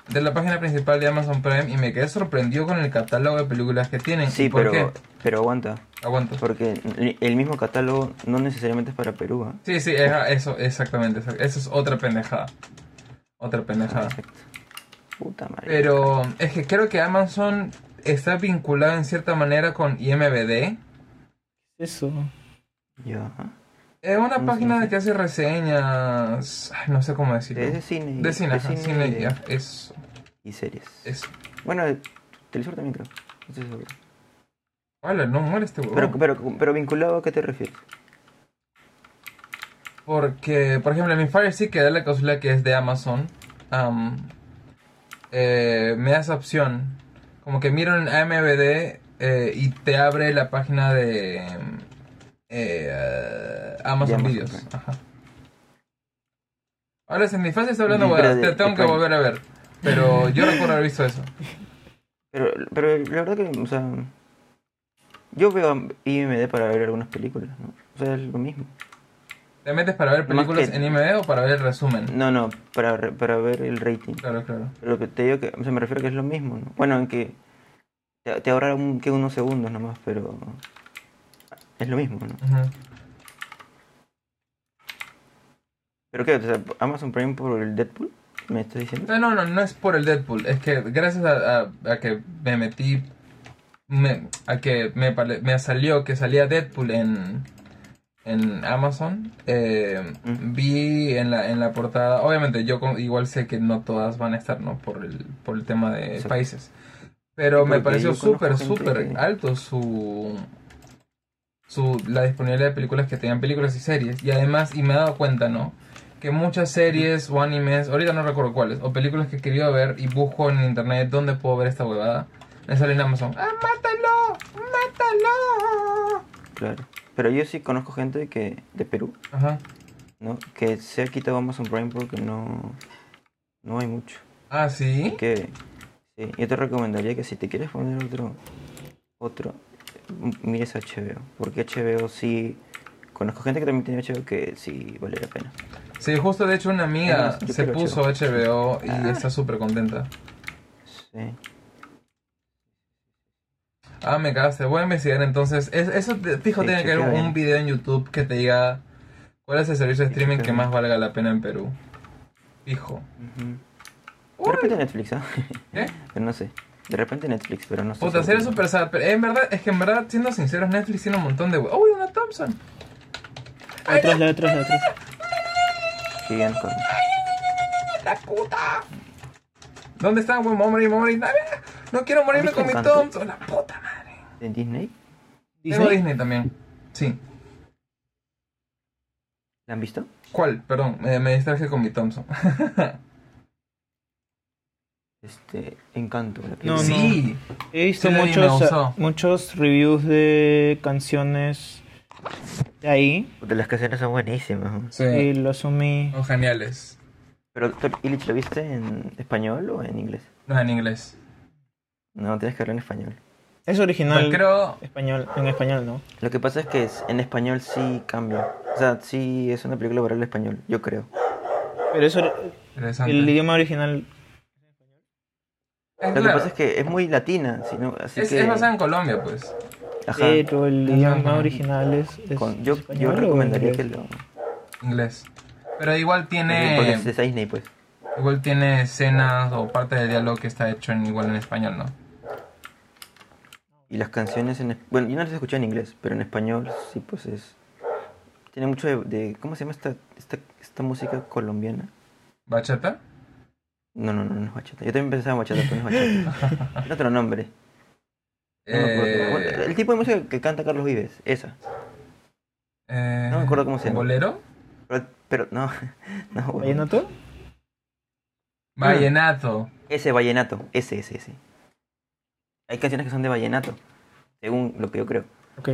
Speaker 1: De la página principal de Amazon Prime y me quedé sorprendido con el catálogo de películas que tienen.
Speaker 3: Sí,
Speaker 1: ¿Y por
Speaker 3: pero,
Speaker 1: qué?
Speaker 3: pero aguanta.
Speaker 1: Aguanta.
Speaker 3: Porque el- el mismo catálogo no necesariamente es para Perú. ¿ah?
Speaker 1: Sí, sí, eja, eso, exactamente. esa- Eso es otra pendejada. Otra pendejada.
Speaker 3: Perfecto. Puta madre.
Speaker 1: Pero es que creo que Amazon está vinculado en cierta manera con IMBD.
Speaker 2: Eso.
Speaker 3: Ya, ajá.
Speaker 1: Es una
Speaker 3: Mm,
Speaker 1: página
Speaker 3: sí.
Speaker 1: que hace reseñas. ay, no sé cómo decirlo.
Speaker 3: Es de cine. y-
Speaker 1: de cine,
Speaker 3: de
Speaker 1: ajá,
Speaker 3: cine
Speaker 1: cine,
Speaker 3: y de-
Speaker 1: ya, eso,
Speaker 3: y series.
Speaker 1: eso.
Speaker 3: Bueno, de televisor también creo. No estoy seguro.
Speaker 1: Hola, no muere este huevón.
Speaker 3: Pero, pero, pero vinculado a qué te refieres.
Speaker 1: Porque, por ejemplo, mi Fire Stick, que da la casualidad que es de Amazon, am, eh, me da esa opción. Como que miro en AMBD eh, y te abre la página de em, eh, eh, Amazon,
Speaker 3: Amazon
Speaker 1: Videos.
Speaker 3: Prime.
Speaker 1: Ajá. Ahora, si mi fase está hablando,
Speaker 3: Sí,
Speaker 1: huevadas,
Speaker 3: pero de-
Speaker 1: te tengo
Speaker 3: de
Speaker 1: que
Speaker 3: Prime.
Speaker 1: volver a ver. Pero yo recuerdo haber visto eso.
Speaker 3: Pero, pero la verdad que, o sea, yo veo IMD para ver algunas películas, ¿no? O sea, es lo mismo.
Speaker 1: ¿Te metes para ver
Speaker 3: Más
Speaker 1: películas
Speaker 3: que-
Speaker 1: en IMD o para ver el resumen?
Speaker 3: No, no, para, re- para ver el rating.
Speaker 1: Claro, claro.
Speaker 3: Pero lo que te digo que, o sea, me refiero a que es lo mismo, ¿no? Bueno, en que te, te ahorra un- que unos segundos nomás, pero es lo mismo, ¿no?
Speaker 1: Ujú.
Speaker 3: ¿Pero qué? O sea, Amazon Prime por el Deadpool, ¿me estás diciendo?
Speaker 1: Eh, No, no, no, no es por el Deadpool. Es que gracias a, a- a que me metí, me- a que me, pare- me salió que salía Deadpool en, en Amazon, eh,
Speaker 3: Mm.
Speaker 1: vi en la, en la portada, obviamente yo con- igual sé que no todas van a estar, ¿no? Por el, por el tema de
Speaker 3: Exacto.
Speaker 1: países. Pero
Speaker 3: Sí,
Speaker 1: me
Speaker 3: porque
Speaker 1: pareció
Speaker 3: yo conozco
Speaker 1: súper,
Speaker 3: gente
Speaker 1: súper
Speaker 3: que-
Speaker 1: alto su, su la disponibilidad de películas que tenían películas y series. Y además, y me he dado cuenta, ¿no? Que muchas series o animes, ahorita no recuerdo cuáles, o películas que he querido ver y busco en internet dónde puedo ver esta huevada, me sale en Amazon. ¡Ah, mátalo! ¡Mátalo!
Speaker 3: Claro. Pero yo sí conozco gente que de Perú,
Speaker 1: Ajá.
Speaker 3: ¿no? Que se ha quitado Amazon Prime porque no, no hay mucho.
Speaker 1: Ah, sí.
Speaker 3: que sí, yo te recomendaría que si te quieres poner otro otro m- mires HBO porque HBO sí conozco gente que también tiene HBO que sí vale la pena
Speaker 1: Sí, justo de hecho una amiga
Speaker 3: Además, yo
Speaker 1: se
Speaker 3: quiero
Speaker 1: puso HBO y está súper contenta.
Speaker 3: sí
Speaker 1: Ah, me cagaste. Voy a investigar entonces. Es- eso, te- fijo,
Speaker 3: Sí,
Speaker 1: tiene que
Speaker 3: chequea
Speaker 1: haber un
Speaker 3: bien.
Speaker 1: video en YouTube que te diga cuál es el servicio de
Speaker 3: Sí,
Speaker 1: streaming
Speaker 3: chequea
Speaker 1: que
Speaker 3: bien.
Speaker 1: más valga la pena en Perú. Fijo.
Speaker 3: ujú. de repente Netflix ¿ah?
Speaker 1: ¿Qué?
Speaker 3: pero no sé de repente Netflix pero no estoy
Speaker 1: ¿Eh? Puta, sería
Speaker 3: seguro.
Speaker 1: súper sad. Pero en verdad, es que en verdad, siendo sinceros, Netflix tiene un montón de... we- ¡Uy, una Thompson!
Speaker 2: Atrás, de atrás, de atrás.
Speaker 3: Sí, ya no corro.
Speaker 1: ¡La puta! ¿Dónde están? Voy a morir, voy a morir. ¡Ah, mira! No quiero morirme
Speaker 3: ¿Viste
Speaker 1: con mi
Speaker 3: Encanto?
Speaker 1: Thompson. ¡La puta madre!
Speaker 3: de Disney
Speaker 1: Tengo
Speaker 2: Disney.
Speaker 1: Disney también. Sí.
Speaker 3: la han visto
Speaker 1: ¿Cuál? Perdón, eh, me distraje con mi Thompson.
Speaker 3: este Encanto la
Speaker 2: No,
Speaker 3: película.
Speaker 2: no.
Speaker 1: sí.
Speaker 2: He visto
Speaker 1: Sí, la vi, me
Speaker 2: muchos,
Speaker 1: gustó.
Speaker 2: muchos reviews de canciones de ahí.
Speaker 3: Puta, las canciones son buenísimas ¿no?
Speaker 2: Y lo asumí.
Speaker 1: Son geniales.
Speaker 3: pero Doctor Illich lo viste en español o en inglés
Speaker 1: No, en inglés.
Speaker 3: no tienes que hablar en español
Speaker 2: Es
Speaker 1: O sea,
Speaker 2: original.
Speaker 1: Pues creo...
Speaker 2: Español, en español, ¿no?
Speaker 3: Lo que pasa es que es- en español sí cambia. O sea, sí es una película para el español, yo creo.
Speaker 2: Pero eso, el
Speaker 1: Interesante.
Speaker 2: idioma original.
Speaker 1: Es,
Speaker 3: Lo que
Speaker 1: claro,
Speaker 3: pasa es que es muy latina, sino, así
Speaker 1: es-
Speaker 3: que...
Speaker 1: es basada en Colombia, pues.
Speaker 3: ajá,
Speaker 2: Pero el
Speaker 1: Ajá.
Speaker 2: idioma original es. es
Speaker 3: con- yo,
Speaker 2: español
Speaker 3: yo
Speaker 2: o
Speaker 3: recomendaría
Speaker 2: inglés.
Speaker 3: que lo...
Speaker 1: Inglés. Pero igual
Speaker 3: Porque es de
Speaker 1: tiene...
Speaker 3: Disney, pues.
Speaker 1: Igual tiene escenas o parte del diálogo que está hecho en igual en español, ¿no?
Speaker 3: Y las canciones en... es- Bueno, yo no las escuché en inglés, pero en español sí, pues es... Tiene mucho de... de- ¿Cómo se llama esta, esta, esta música colombiana?
Speaker 1: ¿Bachata?
Speaker 3: No, no, no, no es bachata. Yo también pensaba en bachata, pero no es bachata. Tiene otro nombre. No me acuerdo. Bueno,
Speaker 1: Eh,
Speaker 3: el tipo de música que canta Carlos Vives, esa.
Speaker 1: eh,
Speaker 3: no me acuerdo Ah. cómo se llama.
Speaker 1: ¿Bolero?
Speaker 3: Pero, pero no, no, bueno.
Speaker 2: ¿Vallenato?
Speaker 1: Vallenato.
Speaker 3: Ese vallenato, ese, ese, ese. Hay canciones que son de vallenato, según lo que yo creo.
Speaker 2: Ok.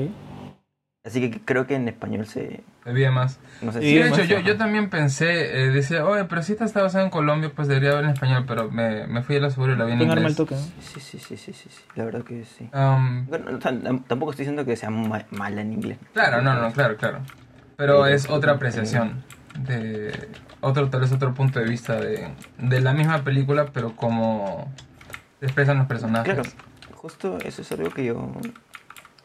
Speaker 3: Así que creo que en español se...
Speaker 1: Había más.
Speaker 3: No sé
Speaker 2: Y
Speaker 1: Sí, de hecho,
Speaker 2: además,
Speaker 1: yo,
Speaker 3: ajá.
Speaker 1: yo también pensé, eh, decía, oye, pero si esta está basada en Colombia, pues debería haber en español, pero me, me fui a la segura y la vi en
Speaker 2: Tengo arma
Speaker 1: inglés.
Speaker 2: el toque, ¿no?
Speaker 3: Sí, sí, sí, sí, sí, sí. La verdad que sí.
Speaker 1: Um,
Speaker 3: Bueno, o sea, tam- tampoco estoy diciendo que sea ma- mala en inglés.
Speaker 1: claro, no, no, claro, claro. Pero es otra apreciación, de otro, tal vez otro punto de vista de, de la misma película, pero como se expresan los personajes.
Speaker 3: Claro, justo eso es algo que yo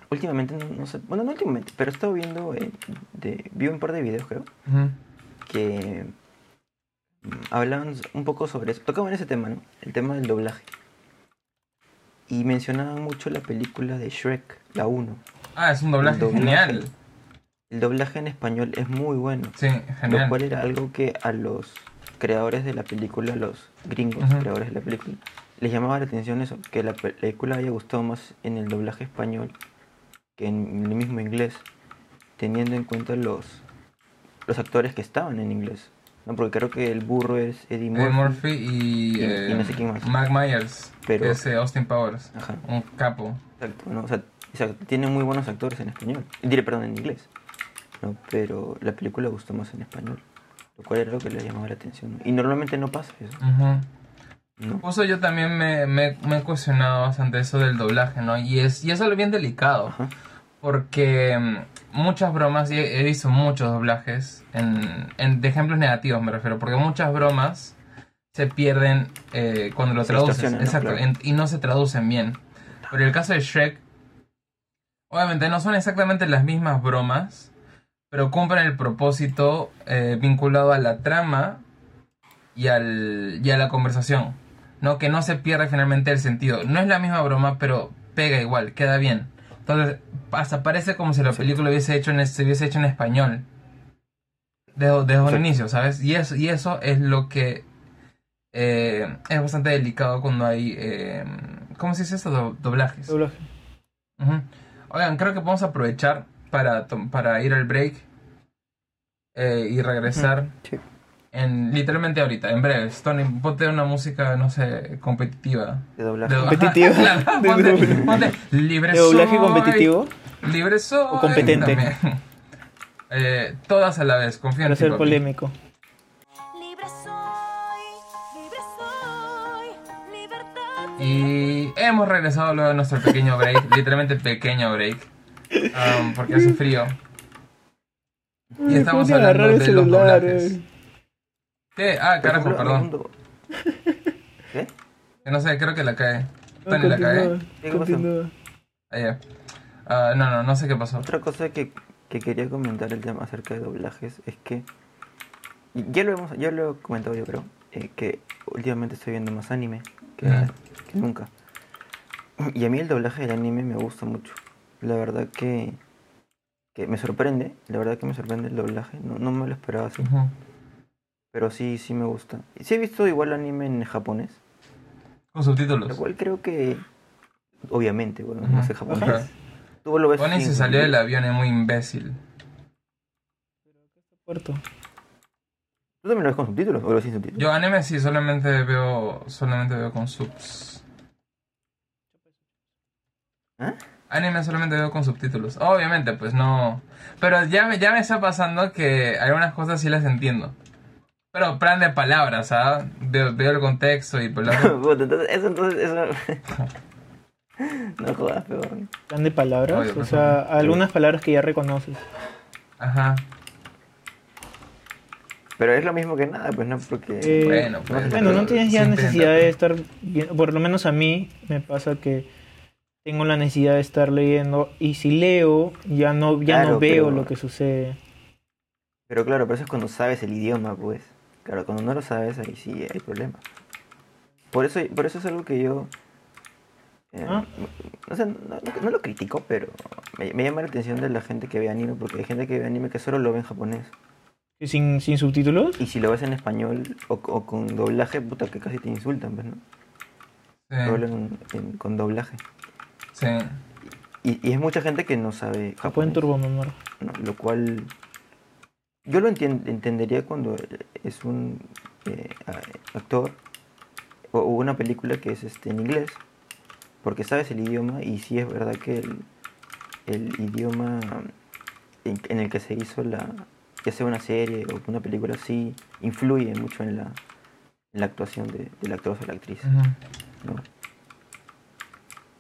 Speaker 3: últimamente, no, no sé, bueno, no últimamente, pero he estado viendo, eh, de, vi un par de videos creo,
Speaker 1: Ujú.
Speaker 3: que mm, hablaban un poco sobre eso, tocaban ese tema, ¿no? El tema del doblaje. Y mencionaban mucho la película de Shrek, la 1.
Speaker 1: Ah, es un doblaje,
Speaker 3: El doblaje.
Speaker 1: genial.
Speaker 3: El doblaje en español es muy bueno,
Speaker 1: Sí,
Speaker 3: lo
Speaker 1: genial.
Speaker 3: cual era algo que a los creadores de la película, a los gringos
Speaker 1: Ujú.
Speaker 3: creadores de la película, les llamaba la atención eso, que la pe- película haya gustado más en el doblaje español que en el mismo inglés, teniendo en cuenta los, los actores que estaban en inglés. ¿no? Porque creo que el burro es Eddie
Speaker 1: Eddie
Speaker 3: Murphy.
Speaker 1: Eh, Murphy y,
Speaker 3: Y- y no sé
Speaker 1: eh,
Speaker 3: quién más.
Speaker 1: Mac Myers,
Speaker 3: Pero- Ah.
Speaker 1: que es eh, Austin Powers,
Speaker 3: Ajá,
Speaker 1: un capo.
Speaker 3: exacto. ¿no? O sea, exacto, tiene muy buenos actores en español. Diré, perdón, en inglés. ¿no? Pero la película gustó más en español. Lo cual era lo que les llamaba la atención. ¿no? Y normalmente no pasa eso.
Speaker 1: Ujú.
Speaker 3: ¿no?
Speaker 1: Justo yo también me, me, me he cuestionado bastante eso del doblaje, ¿no? Y es, y es algo bien delicado,
Speaker 3: Ajá.
Speaker 1: porque mm, muchas bromas, y he, he visto muchos doblajes, en, en- de ejemplos negativos me refiero, porque muchas bromas se pierden eh, cuando lo
Speaker 3: Se
Speaker 1: traduces,
Speaker 3: distorsionan, ¿no?
Speaker 1: exacto,
Speaker 3: Claro.
Speaker 1: en- y no se traducen bien. Pero en el caso de Shrek, obviamente no son exactamente las mismas bromas, pero cumplen el propósito eh, vinculado a la trama y, al, y a la conversación. ¿no? Que no se pierde finalmente el sentido. No es la misma broma, pero pega igual, queda bien. Entonces, hasta parece como si la
Speaker 3: Exacto.
Speaker 1: película hubiese hecho en, se hubiese hecho en español. Desde, desde un
Speaker 3: Exacto.
Speaker 1: inicio, ¿sabes? Y eso, y eso es lo que eh, es bastante delicado cuando hay... eh, ¿Cómo se dice eso? Do- doblajes.
Speaker 2: Doblaje.
Speaker 1: Ujú. Oigan, creo que podemos aprovechar para, tom- para ir al break eh, y regresar
Speaker 3: Sí.
Speaker 1: en literalmente ahorita, en breves. Tony, ponte una música, no sé, competitiva.
Speaker 3: De doblaje.
Speaker 1: De-
Speaker 2: Competitiva.
Speaker 1: Claro,
Speaker 2: De
Speaker 1: ponte,
Speaker 2: doble.
Speaker 1: ponte, libre
Speaker 2: ¿De
Speaker 1: soy,
Speaker 2: doblaje competitivo?
Speaker 1: Libre soy.
Speaker 2: O competente.
Speaker 1: también. Eh, todas a la vez, confía en
Speaker 2: Para
Speaker 1: ti,
Speaker 2: ser
Speaker 1: papi.
Speaker 2: polémico.
Speaker 4: Libre soy, libre soy, libertad.
Speaker 1: Y hemos regresado luego de nuestro pequeño break, literalmente pequeño break, um, porque hace frío. Y estamos
Speaker 2: Ponte a agarrar
Speaker 1: hablando
Speaker 2: el
Speaker 1: de los
Speaker 2: celular,
Speaker 1: doblajes.
Speaker 2: eh.
Speaker 1: ¿Qué? Ah,
Speaker 3: Por
Speaker 1: carajo,
Speaker 3: ejemplo,
Speaker 1: perdón.
Speaker 3: hablando- ¿Qué?
Speaker 1: Que No sé, creo que la cae.
Speaker 2: No,
Speaker 1: Tony la cae.
Speaker 2: continúa,
Speaker 3: ¿Qué pasó?
Speaker 2: continúa.
Speaker 1: Ayer. Ah, no, no, no sé qué pasó.
Speaker 3: Otra cosa que, que quería comentar el tema acerca de doblajes es que y ya lo hemos, ya lo he comentado yo creo, eh, que últimamente estoy viendo más anime que,
Speaker 1: Ya.
Speaker 3: que nunca. Y a mí el doblaje del anime me gusta mucho. La verdad que, que me sorprende, la verdad que me sorprende el doblaje, no, no me lo esperaba así,
Speaker 1: Ujú.
Speaker 3: pero sí, sí me gusta. Y sí he visto igual anime en japonés,
Speaker 1: Con
Speaker 3: lo
Speaker 1: subtítulos.
Speaker 3: cual creo que, obviamente, bueno,
Speaker 1: Ujú.
Speaker 3: no sé japonés.
Speaker 1: Ajá.
Speaker 3: Tú lo ves
Speaker 1: Bonnie
Speaker 3: sin-
Speaker 1: se salió del avión, es muy imbécil.
Speaker 2: Puerto.
Speaker 3: ¿Tú también lo ves con subtítulos o lo ves sin subtítulos?
Speaker 1: Yo anime sí, solamente veo, solamente veo con subs.
Speaker 3: ¿Ah?
Speaker 1: Anime solamente veo con subtítulos. Obviamente, pues no. Pero ya me, ya me está pasando que algunas cosas sí las entiendo. Pero plan de palabras, ¿ah? Veo, veo el contexto y pues, lo-
Speaker 3: Puta, entonces, eso, entonces, eso. no jodas, peor.
Speaker 2: Plan de palabras,
Speaker 1: Obvio,
Speaker 2: o
Speaker 1: pues,
Speaker 2: sea, algunas palabras que ya reconoces.
Speaker 1: Ajá.
Speaker 3: Pero es lo mismo que nada, pues no, porque.
Speaker 2: Eh,
Speaker 1: Bueno, pues.
Speaker 2: Bueno, no tienes ya
Speaker 1: se intenta,
Speaker 2: necesidad
Speaker 1: pues.
Speaker 2: de estar, vi- por lo menos a mí me pasa que tengo la necesidad de estar leyendo y si leo ya no ya
Speaker 3: Claro,
Speaker 2: no veo
Speaker 3: pero-
Speaker 2: lo que sucede.
Speaker 3: Pero claro, pero eso es cuando sabes el idioma, pues. Claro, cuando no lo sabes, ahí sí hay problema. Por eso, por eso es algo que yo. eh,
Speaker 2: ¿Ah?
Speaker 3: no, sé, no- no- no lo critico, pero me, me llama la atención de la gente que ve anime, porque hay gente que ve anime que solo lo ve en japonés.
Speaker 2: ¿Y sin, sin subtítulos?
Speaker 3: Y si lo ves en español o, o con doblaje, puta, que casi te insultan, pues, ¿no? Te
Speaker 1: Sí,
Speaker 3: hablan en- con doblaje.
Speaker 1: sí.
Speaker 3: Y, y es mucha gente que no sabe
Speaker 2: Japón
Speaker 3: japonés.
Speaker 2: en turbo, mi amor.
Speaker 3: ¿no? Lo cual yo lo entien- entendería cuando es un eh, a- actor o, o una película que es este, en inglés, porque sabes el idioma y sí es verdad que el, el idioma en, en el que se hizo la, ya sea una serie o una película así, influye mucho en la, en la actuación de, del actor o la actriz.
Speaker 1: Ajá.
Speaker 3: ¿no?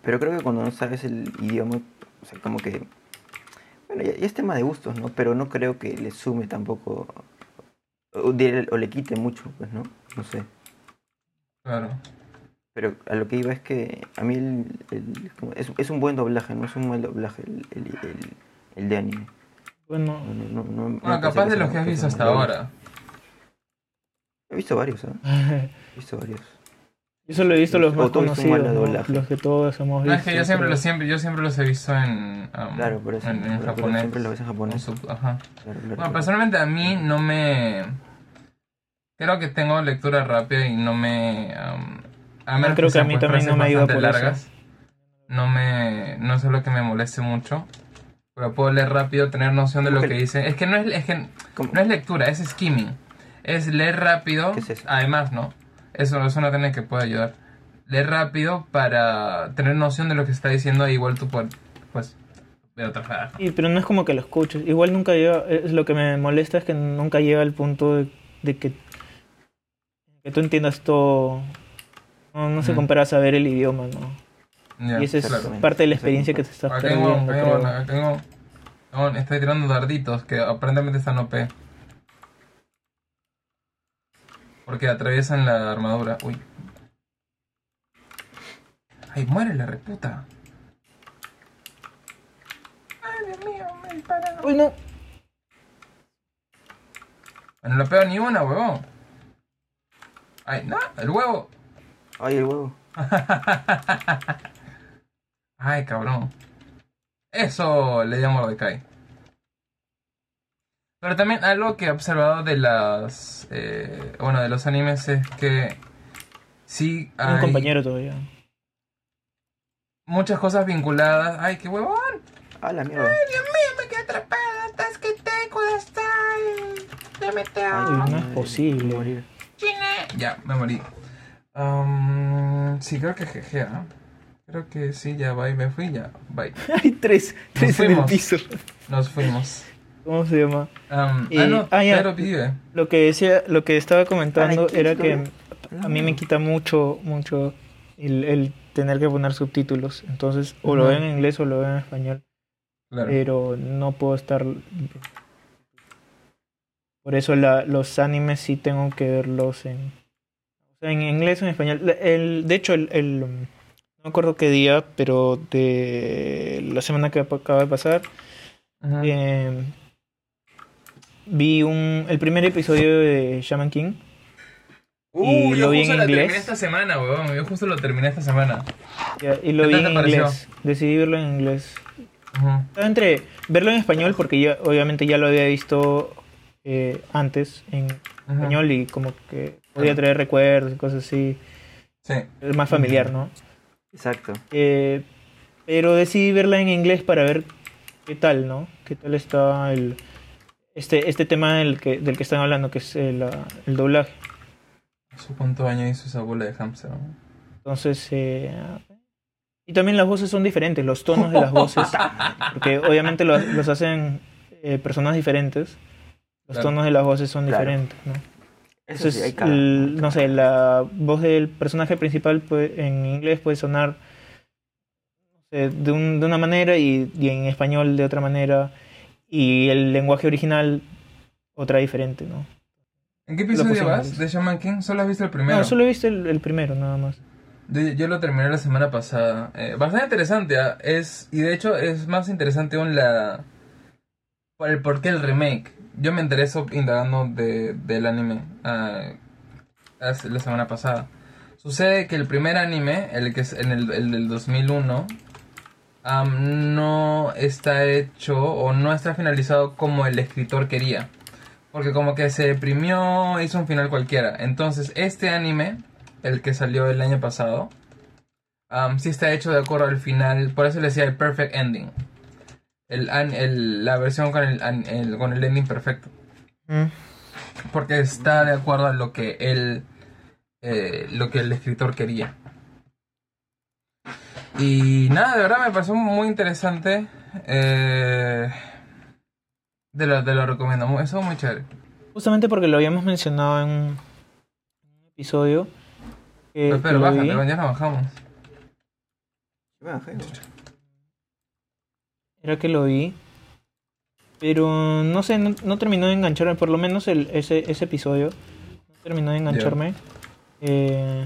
Speaker 3: Pero creo que cuando no sabes el idioma, o sea, como que... Bueno, ya, ya es tema de gustos, ¿no? Pero no creo que le sume tampoco, o, de- o le quite mucho, pues, ¿no? No sé.
Speaker 1: Claro.
Speaker 3: Pero a lo que iba es que a mí el, el- como- es, es un buen doblaje, no es un mal doblaje el, el- el- el de anime.
Speaker 2: Bueno,
Speaker 3: No, no, no- no
Speaker 1: Bueno,
Speaker 3: me parece
Speaker 1: capaz de
Speaker 3: sea-
Speaker 1: los que has
Speaker 3: sea
Speaker 1: visto
Speaker 3: mal
Speaker 1: hasta
Speaker 3: doblado.
Speaker 1: ahora.
Speaker 3: He visto varios, ¿eh? He visto varios.
Speaker 2: yo solo he visto los
Speaker 3: O
Speaker 2: más
Speaker 3: todos son
Speaker 2: conocidos,
Speaker 3: malos
Speaker 2: ¿no?
Speaker 3: doblajes.
Speaker 2: los que todos hemos
Speaker 1: No,
Speaker 2: visto.
Speaker 1: es que yo siempre
Speaker 2: pero-
Speaker 1: los, siempre, yo siempre los he visto en, um,
Speaker 3: Claro, por eso.
Speaker 1: en, en
Speaker 3: por- por-
Speaker 1: japonés.
Speaker 3: Siempre lo ves en
Speaker 1: Con
Speaker 3: japonés.
Speaker 1: sub- ajá.
Speaker 3: Claro, claro,
Speaker 1: Bueno,
Speaker 3: claro.
Speaker 1: personalmente a mí no me... Creo que tengo lectura rápida y no me... am, a menos
Speaker 2: creo que a
Speaker 1: sean,
Speaker 2: mí
Speaker 1: pues,
Speaker 2: también no
Speaker 1: frases
Speaker 2: me ayuda
Speaker 1: bastante
Speaker 2: por eso.
Speaker 1: largas, No me... No es lo que me moleste mucho. Pero puedo leer rápido, tener noción de
Speaker 3: ¿Cómo
Speaker 1: lo
Speaker 3: que
Speaker 1: que
Speaker 3: le-
Speaker 1: dice. Es que no es, es que
Speaker 3: ¿Cómo?
Speaker 1: no es lectura, es skimming. Es leer rápido.
Speaker 3: ¿Qué es eso?
Speaker 1: Además, ¿no? Eso, eso no tiene que puede ayudar. Leer rápido para tener noción de lo que está diciendo. e Igual tú puedes, pues, de otra manera.
Speaker 2: Sí, pero no es como que lo escuches. Igual nunca llega. Es lo que me molesta es que nunca llega al punto de, de que, que tú entiendas todo. No, no se
Speaker 1: Mm.
Speaker 2: compara a saber el idioma, ¿no?
Speaker 1: Ya,
Speaker 2: y esa es
Speaker 1: claro.
Speaker 3: Exactamente.
Speaker 2: parte de la experiencia que te estás
Speaker 1: Acá Ah, tengo,
Speaker 2: perdiendo.
Speaker 1: acá
Speaker 2: creo.
Speaker 1: tengo, acá tengo- no, estoy tirando darditos que aparentemente están OP. Porque atraviesan la armadura. Uy. Ay, muere la reputa. Ay, Dios mío, me dispararon.
Speaker 2: Uy, no.
Speaker 1: No le pego ni una, huevón. Ay, no, el huevo.
Speaker 3: Ay, el huevo.
Speaker 1: Ay, cabrón. Eso le llamo Mordecai. Pero también algo que he observado de las. eh, bueno, de los animes es que. Sí,
Speaker 2: Un
Speaker 1: hay
Speaker 2: compañero todavía.
Speaker 1: muchas cosas vinculadas. ¡Ay, qué huevón!
Speaker 3: Ah, la mierda.
Speaker 1: Dios mío, me quedé atrapada. ¡Estás que te kudasai! ¡Ya me te
Speaker 3: Ay,
Speaker 2: no es
Speaker 3: madre,
Speaker 2: posible.
Speaker 3: voy a morir.
Speaker 1: Ya, me morí. Am, sí, creo que GG, ¿no? Creo que sí, ya, bye, me fui, ya, bye.
Speaker 2: Hay tres. Tres en el
Speaker 1: fuimos.
Speaker 2: piso.
Speaker 1: Nos fuimos.
Speaker 2: ¿Cómo se llama?
Speaker 1: Am,
Speaker 2: Y-
Speaker 1: ah, no,
Speaker 2: ah, ya.
Speaker 1: claro, vive.
Speaker 2: Lo que decía, lo que estaba comentando
Speaker 3: Ah, ¿la
Speaker 2: era que
Speaker 3: historia?
Speaker 2: a mí me quita mucho, mucho el, el tener que poner subtítulos. Entonces, o lo
Speaker 1: Ujú.
Speaker 2: veo en inglés o lo veo en español.
Speaker 1: Claro.
Speaker 2: pero no puedo estar por eso la- los animes sí tengo que verlos en o sea, en inglés o en español La- el, de hecho el, el, um, no me acuerdo qué día pero de la semana que ap- acaba de pasar
Speaker 1: Ujú.
Speaker 2: eh, vi un el primer episodio de Shaman King
Speaker 1: Uh,
Speaker 2: y
Speaker 1: yo
Speaker 2: lo vi
Speaker 1: justo
Speaker 2: en
Speaker 1: la
Speaker 2: inglés.
Speaker 1: terminé esta semana, weón. Yo justo lo terminé esta semana.
Speaker 2: ya, y lo
Speaker 1: ¿Qué
Speaker 2: vi
Speaker 1: tal te
Speaker 2: en
Speaker 1: pareció?
Speaker 2: inglés decidí verlo en inglés
Speaker 1: Ujú.
Speaker 2: Estaba entre verlo en español porque yo obviamente ya lo había visto eh, antes en
Speaker 1: Ujú.
Speaker 2: español y como que podía traer recuerdos y cosas así.
Speaker 1: Sí.
Speaker 2: Es más familiar, ¿no?
Speaker 3: Exacto.
Speaker 2: Eh, pero decidí verla en inglés para ver qué tal, ¿no? ¿Qué tal está el, este, este tema del que, del que están hablando, que es el, ah, el doblaje?
Speaker 1: Su cuánto año hizo esa bola de hamster, weón.
Speaker 2: Entonces... eh, y también las voces son diferentes, los tonos de las voces, porque obviamente los, los hacen eh, personas diferentes. Los
Speaker 1: Claro.
Speaker 2: tonos de las voces son
Speaker 3: Claro.
Speaker 2: diferentes, ¿no?
Speaker 3: Eso sí,
Speaker 2: Entonces,
Speaker 3: hay cada-
Speaker 2: el- no sé, la voz del personaje principal puede- en inglés puede sonar eh, de, un- de una manera y, y en español de otra manera. Y el lenguaje original, otra diferente, ¿no?
Speaker 1: ¿En qué
Speaker 2: puse
Speaker 1: episodio
Speaker 2: en
Speaker 1: vas
Speaker 2: inglés.
Speaker 1: de Shaman King? Solo has visto el primero.
Speaker 2: No, solo he visto el, el primero, nada más.
Speaker 1: Yo, yo lo terminé la semana pasada. Eh, bastante interesante, ¿ah? es y de hecho es más interesante aún la por el por qué el remake. Yo me intereso indagando de, del anime ah, hace- la semana pasada. Sucede que el primer anime, el que es en el, el del 2001, am, no está hecho o no está finalizado como el escritor quería. Porque como que se deprimió, hizo un final cualquiera. Entonces, este anime, el que salió el año pasado, am, sí está hecho de acuerdo al final. Por eso le decía el perfect ending. El, an- el- la versión con el, an- el- con el ending perfecto. Mm. Porque está de acuerdo a lo que él. eh, lo que el escritor quería. Y nada, de verdad me pareció muy interesante. Eh, Te lo, te lo recomiendo, mu- eso es muy chévere.
Speaker 2: Justamente porque lo habíamos mencionado en un episodio. que-
Speaker 1: Pero,
Speaker 2: que lo vi.
Speaker 1: bájate, weón, ya la bajamos.
Speaker 3: Ah, hey, bueno.
Speaker 2: Era que lo vi. Pero no sé, no, no terminó de engancharme, por lo menos el, ese, ese episodio. No terminó de engancharme. Eh,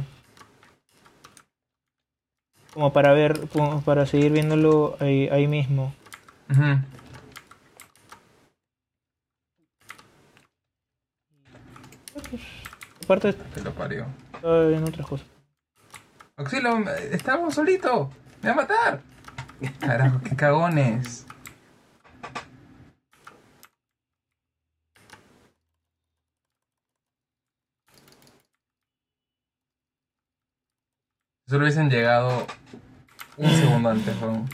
Speaker 2: como para ver, como para seguir viéndolo ahí, ahí mismo.
Speaker 1: Ujú.
Speaker 2: Aparte,
Speaker 1: Que lo parió.
Speaker 2: estaba viendo otras cosas.
Speaker 1: Auxilio, me- estamos solito. Me va a matar. Carajo, qué cagones. Solo hubiesen llegado un segundo antes, weón.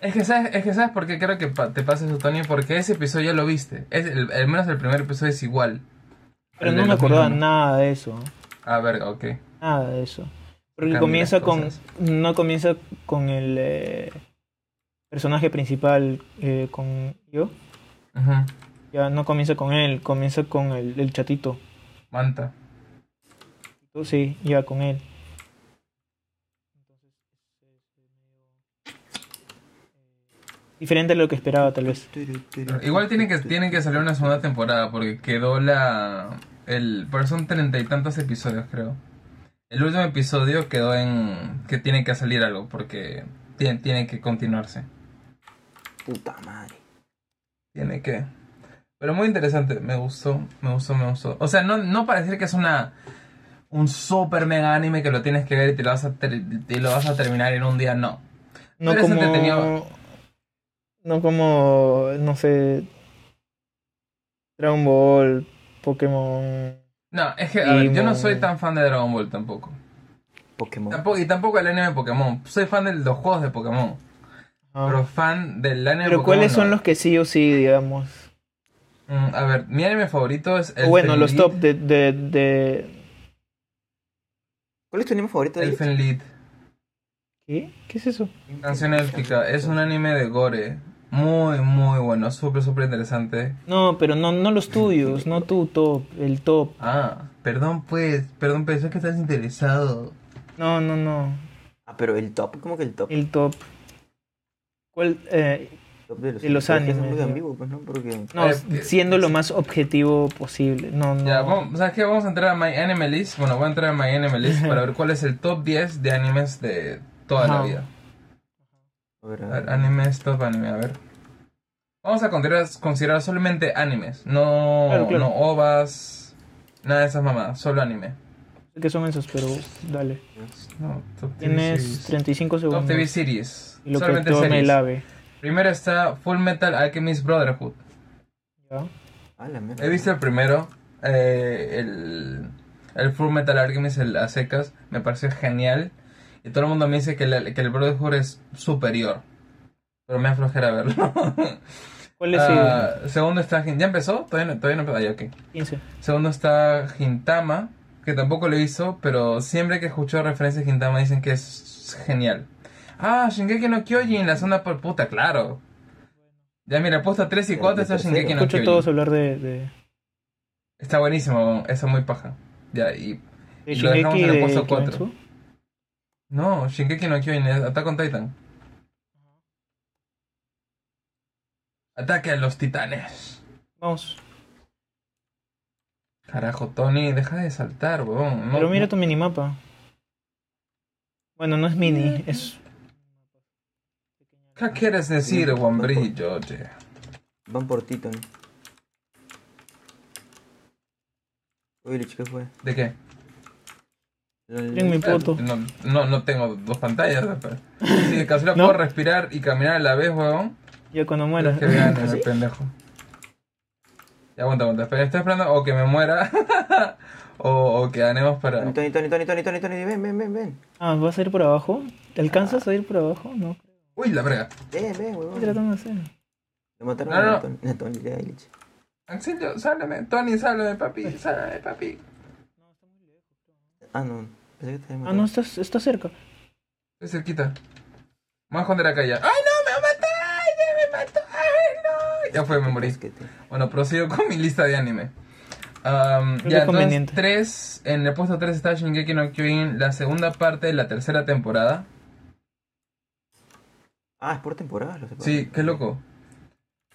Speaker 1: Es que, sabes, es que sabes por qué creo que pa- te pasa eso, Tony, porque ese episodio ya lo viste. Es el- al menos el primer episodio es igual.
Speaker 2: Pero
Speaker 1: al
Speaker 2: no
Speaker 1: del
Speaker 2: me acordaba
Speaker 1: 2001.
Speaker 2: nada de eso.
Speaker 1: A ver, ok.
Speaker 2: Nada de eso. Porque
Speaker 1: Cambian
Speaker 2: comienza
Speaker 1: las
Speaker 2: con.
Speaker 1: cosas.
Speaker 2: No comienza con el eh, personaje principal, eh, con yo.
Speaker 1: Ujú.
Speaker 2: Ya no comienza con él, comienza con el, el chatito.
Speaker 1: Manta.
Speaker 2: Tú Sí, ya con él. Diferente a lo que esperaba, tal vez.
Speaker 1: Igual tiene
Speaker 3: Este,
Speaker 1: que, tiene que salir una segunda temporada porque quedó la... El, pero son treinta y tantos episodios, creo. El último episodio quedó en... Que tiene que salir algo porque tiene, tiene que continuarse.
Speaker 3: Puta madre.
Speaker 1: Tiene que... Pero muy interesante, me gustó, me gustó, me gustó. O sea, no, no para decir que es una... Un super mega anime que lo tienes que ver y te lo vas a, ter- te lo vas a terminar en un día, no.
Speaker 2: No
Speaker 1: Pero es entretenido.
Speaker 2: como. No como. No sé. Dragon Ball, Pokémon.
Speaker 1: No, es que a ver, yo no
Speaker 2: Demon.
Speaker 1: soy tan fan de Dragon Ball tampoco.
Speaker 3: Pokémon.
Speaker 1: Tampoco, y tampoco el anime de Pokémon. Soy fan de los juegos de Pokémon.
Speaker 2: Ah.
Speaker 1: Pero fan del anime de
Speaker 2: Pero
Speaker 1: Pokémon.
Speaker 2: ¿cuáles son
Speaker 1: no.
Speaker 2: los que sí o sí, digamos?
Speaker 1: Mm, a ver, mi anime favorito es.
Speaker 2: O bueno, los
Speaker 1: Elfen
Speaker 2: top de, de, de...
Speaker 3: ¿Cuál es tu anime favorito?
Speaker 1: Lied- Elfen Lied,
Speaker 2: ¿Qué? ¿Qué es eso?
Speaker 1: Canción Élfica. Es un anime de Gore. Muy, muy bueno. Súper, súper interesante.
Speaker 2: No, pero no, no los tuyos, no tu top, el top.
Speaker 1: Ah, perdón, pues. Perdón, pensé que estás interesado.
Speaker 2: No, no, no,
Speaker 3: Ah, pero el top, ¿cómo que el top?
Speaker 2: el top. ¿Cuál? eh,
Speaker 3: top de los,
Speaker 2: de los
Speaker 3: pero es que
Speaker 2: animes,
Speaker 3: Es
Speaker 2: ¿no?
Speaker 3: muy ambiguo, pues, ¿no? Porque.
Speaker 2: no,
Speaker 1: Eh, eh,
Speaker 2: siendo lo más objetivo posible. No, no.
Speaker 1: Ya, vamos, ¿sabes qué? Vamos a entrar a My Anime List. Bueno, voy a entrar a My Anime List para ver cuál es el top 10 de animes de toda la
Speaker 2: Ajá.
Speaker 1: vida.
Speaker 3: A ver,
Speaker 1: A
Speaker 3: a
Speaker 1: ver,
Speaker 3: ver.
Speaker 1: animes, top anime, a ver. Vamos a considerar, considerar solamente animes, no,
Speaker 2: Claro, claro.
Speaker 1: no ovas, nada de esas mamadas, solo anime.
Speaker 2: Sé que son esos, pero dale.
Speaker 1: No, top TV
Speaker 2: Tienes
Speaker 1: series.
Speaker 2: 35
Speaker 1: Top
Speaker 2: segundos.
Speaker 1: TV series,
Speaker 2: y lo que
Speaker 1: solamente
Speaker 2: tome
Speaker 1: series.
Speaker 2: el ave.
Speaker 1: Primero está Full Metal Alchemist Brotherhood.
Speaker 2: ¿ya?
Speaker 3: Ah, la mierda.
Speaker 1: He visto el primero, eh, el, el Full Metal Alchemist el, a secas, me pareció genial. Y todo el mundo me dice que, el- que el Brotherhood es superior, pero me aflojera verlo.
Speaker 2: ¿Cuál es
Speaker 1: Ah, segundo está Gin- ¿Ya empezó? Todavía no, todavía no empezó. Ah, ya, ok.
Speaker 2: el 15?
Speaker 1: Segundo está Gintama, que tampoco lo hizo, pero siempre que escucho referencias a Gintama dicen que es genial. Ah, Shingeki no Kyojin, la segunda por puta, claro. Ya mira, puesta 3 y
Speaker 3: Pero
Speaker 1: 4
Speaker 3: de
Speaker 1: está
Speaker 3: tercero.
Speaker 1: Shingeki no
Speaker 2: Escucho todos
Speaker 1: Kyojin.
Speaker 2: hablar de, de,
Speaker 1: Está buenísimo, está muy paja. Ya, y...
Speaker 2: de
Speaker 1: Y lo dejamos
Speaker 2: Shingeki
Speaker 1: en el
Speaker 2: de
Speaker 1: puesto cuatro.
Speaker 2: Kimetsu.
Speaker 1: No, Shingeki no Kyojin, es Attack on Titan. Ataque a los titanes.
Speaker 2: Vamos.
Speaker 1: Carajo, Tony, deja de saltar, weón. No-
Speaker 2: Pero mira
Speaker 1: no-
Speaker 2: tu minimapa. Bueno, no es
Speaker 1: Mm.
Speaker 2: mini, es
Speaker 1: ¿Qué quieres decir, guambrillo? oye?
Speaker 3: Van por Tito, ¿no? Oye, Lich, ¿qué fue?
Speaker 1: ¿De qué?
Speaker 3: Lol.
Speaker 2: Miren mi poto.
Speaker 1: No, no, no tengo dos pantallas. pero- Si de casualidad
Speaker 2: ¿No?
Speaker 1: puedo respirar y caminar a la vez, weón.
Speaker 2: Ya cuando
Speaker 1: Bueno.
Speaker 2: mueras.
Speaker 1: Que vean ese pendejo. Ya aguanta, aguanta. Espera, estoy esperando o que me muera o, o que ganemos para...
Speaker 3: Tony, Tony, Tony, Tony, Tony, Tony, ven, ven, ven, ven.
Speaker 2: Ah, ¿vas a ir por abajo? ¿Te alcanzas a ir por abajo? No. ¿Qué
Speaker 1: Uy, la verga.
Speaker 3: Ven, ven,
Speaker 2: estoy
Speaker 3: huevón.
Speaker 2: tratando de hacer?
Speaker 3: Lo mataron
Speaker 1: No, no.
Speaker 3: a Tony. A Tony, ya, Lich.
Speaker 1: Axelio, sálvame. Tony, sálvame, papi. Sálvame, papi.
Speaker 3: Ah, no. Pensé que te había
Speaker 2: Ah, no,
Speaker 3: matado.
Speaker 2: estás, estás cerca.
Speaker 1: Estoy cerquita. Me voy a esconder acá ya. ¡Ay, no! ¡Me va a matar! ¡Ya me mató! ¡Ay, no! Ya fue, me morí.
Speaker 3: Casquete.
Speaker 1: Bueno, prosigo con mi lista de anime. Am,
Speaker 2: Creo que
Speaker 1: ya,
Speaker 2: es conveniente.
Speaker 1: entonces, tres, en el puesto 3 está Shingeki no Kyojin, la segunda parte de la tercera temporada.
Speaker 3: Ah, es por temporada, lo separo.
Speaker 1: Sí, qué loco.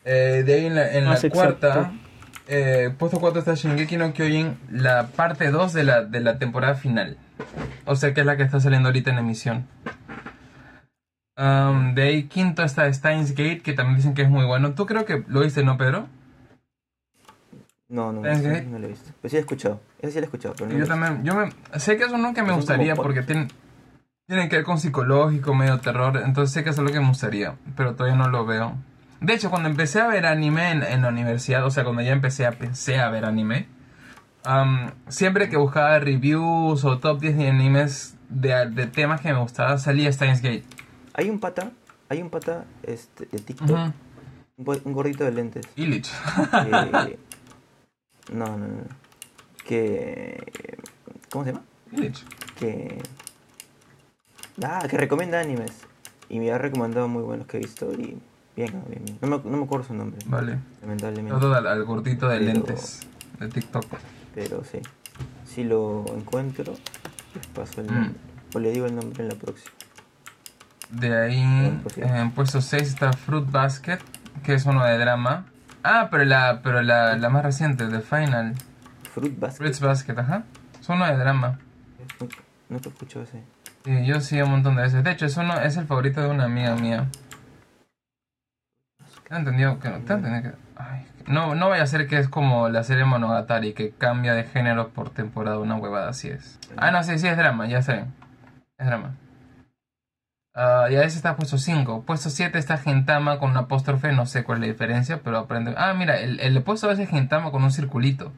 Speaker 1: Eh, de ahí en la, en la
Speaker 2: Más Ah, exacto.
Speaker 1: cuarta, eh, puesto 4 está Shingeki no Kyojin, la parte 2 de la, de la temporada final. O sea que es la que está saliendo ahorita en emisión. Am, de ahí quinto está Steins Gate, que también dicen que es muy bueno. ¿Tú creo que lo viste, no, Pedro?
Speaker 3: No, no, no,
Speaker 1: ¿Sabes
Speaker 3: sí,
Speaker 1: qué?
Speaker 3: no lo he visto. Pero sí lo he escuchado. Ese sí lo he escuchado, pero no
Speaker 1: Y
Speaker 3: lo
Speaker 1: Yo
Speaker 3: he visto.
Speaker 1: también, yo me, sé que eso nunca me
Speaker 3: Son
Speaker 1: gustaría
Speaker 3: como
Speaker 1: porque tienen, tienen que ver con psicológico, medio terror, entonces sé que eso es lo que me gustaría, pero todavía no lo veo. De hecho, cuando empecé a ver anime en, en la universidad, o sea, cuando ya empecé a pensé a ver anime, am, siempre que buscaba reviews o top 10 de animes de, de temas que me gustaban, salía Steins Gate.
Speaker 3: Hay un pata, hay un pata este, de TikTok,
Speaker 1: Ujú.
Speaker 3: un, bo- un gordito de lentes.
Speaker 1: Illich.
Speaker 3: que- no, no, no. Que. ¿Cómo se llama?
Speaker 1: Illich.
Speaker 3: Que. Ah, que recomienda animes. Y me ha recomendado muy buenos que he visto. Y bien, bien, bien. No me, no me acuerdo su nombre.
Speaker 1: Vale.
Speaker 3: Lamentablemente.
Speaker 1: Todo al, al gordito de
Speaker 3: Pero-
Speaker 1: lentes de TikTok.
Speaker 3: Pero sí. Si lo encuentro, les paso el
Speaker 1: Mm.
Speaker 3: nombre. O le digo el nombre en la próxima.
Speaker 1: De ahí, eh,
Speaker 3: Pues sí.
Speaker 1: en puesto 6 está Fruit Basket, que es uno de drama. Ah, pero la, pero la, la más reciente, The Final.
Speaker 3: Fruit Basket.
Speaker 1: Fruit Basket, ajá. Es uno de drama.
Speaker 3: No, no te escucho ese.
Speaker 1: Sí, yo sí un montón de veces. De hecho, es, uno, es el favorito de una amiga mía. ¿Te han entendido que no? ¿Te han entendido que- ay, no, no vaya a ser que es como la serie Monogatari, que cambia de género por temporada, una huevada, así es. Ah, no, sí, sí, es drama, ya sé. Es drama. Ah, ya ese está puesto 5. Puesto 7 está Gentama con un apóstrofe, no sé cuál es la diferencia, pero aprende. Ah, mira, el, el puesto 2 es Gentama con un circulito.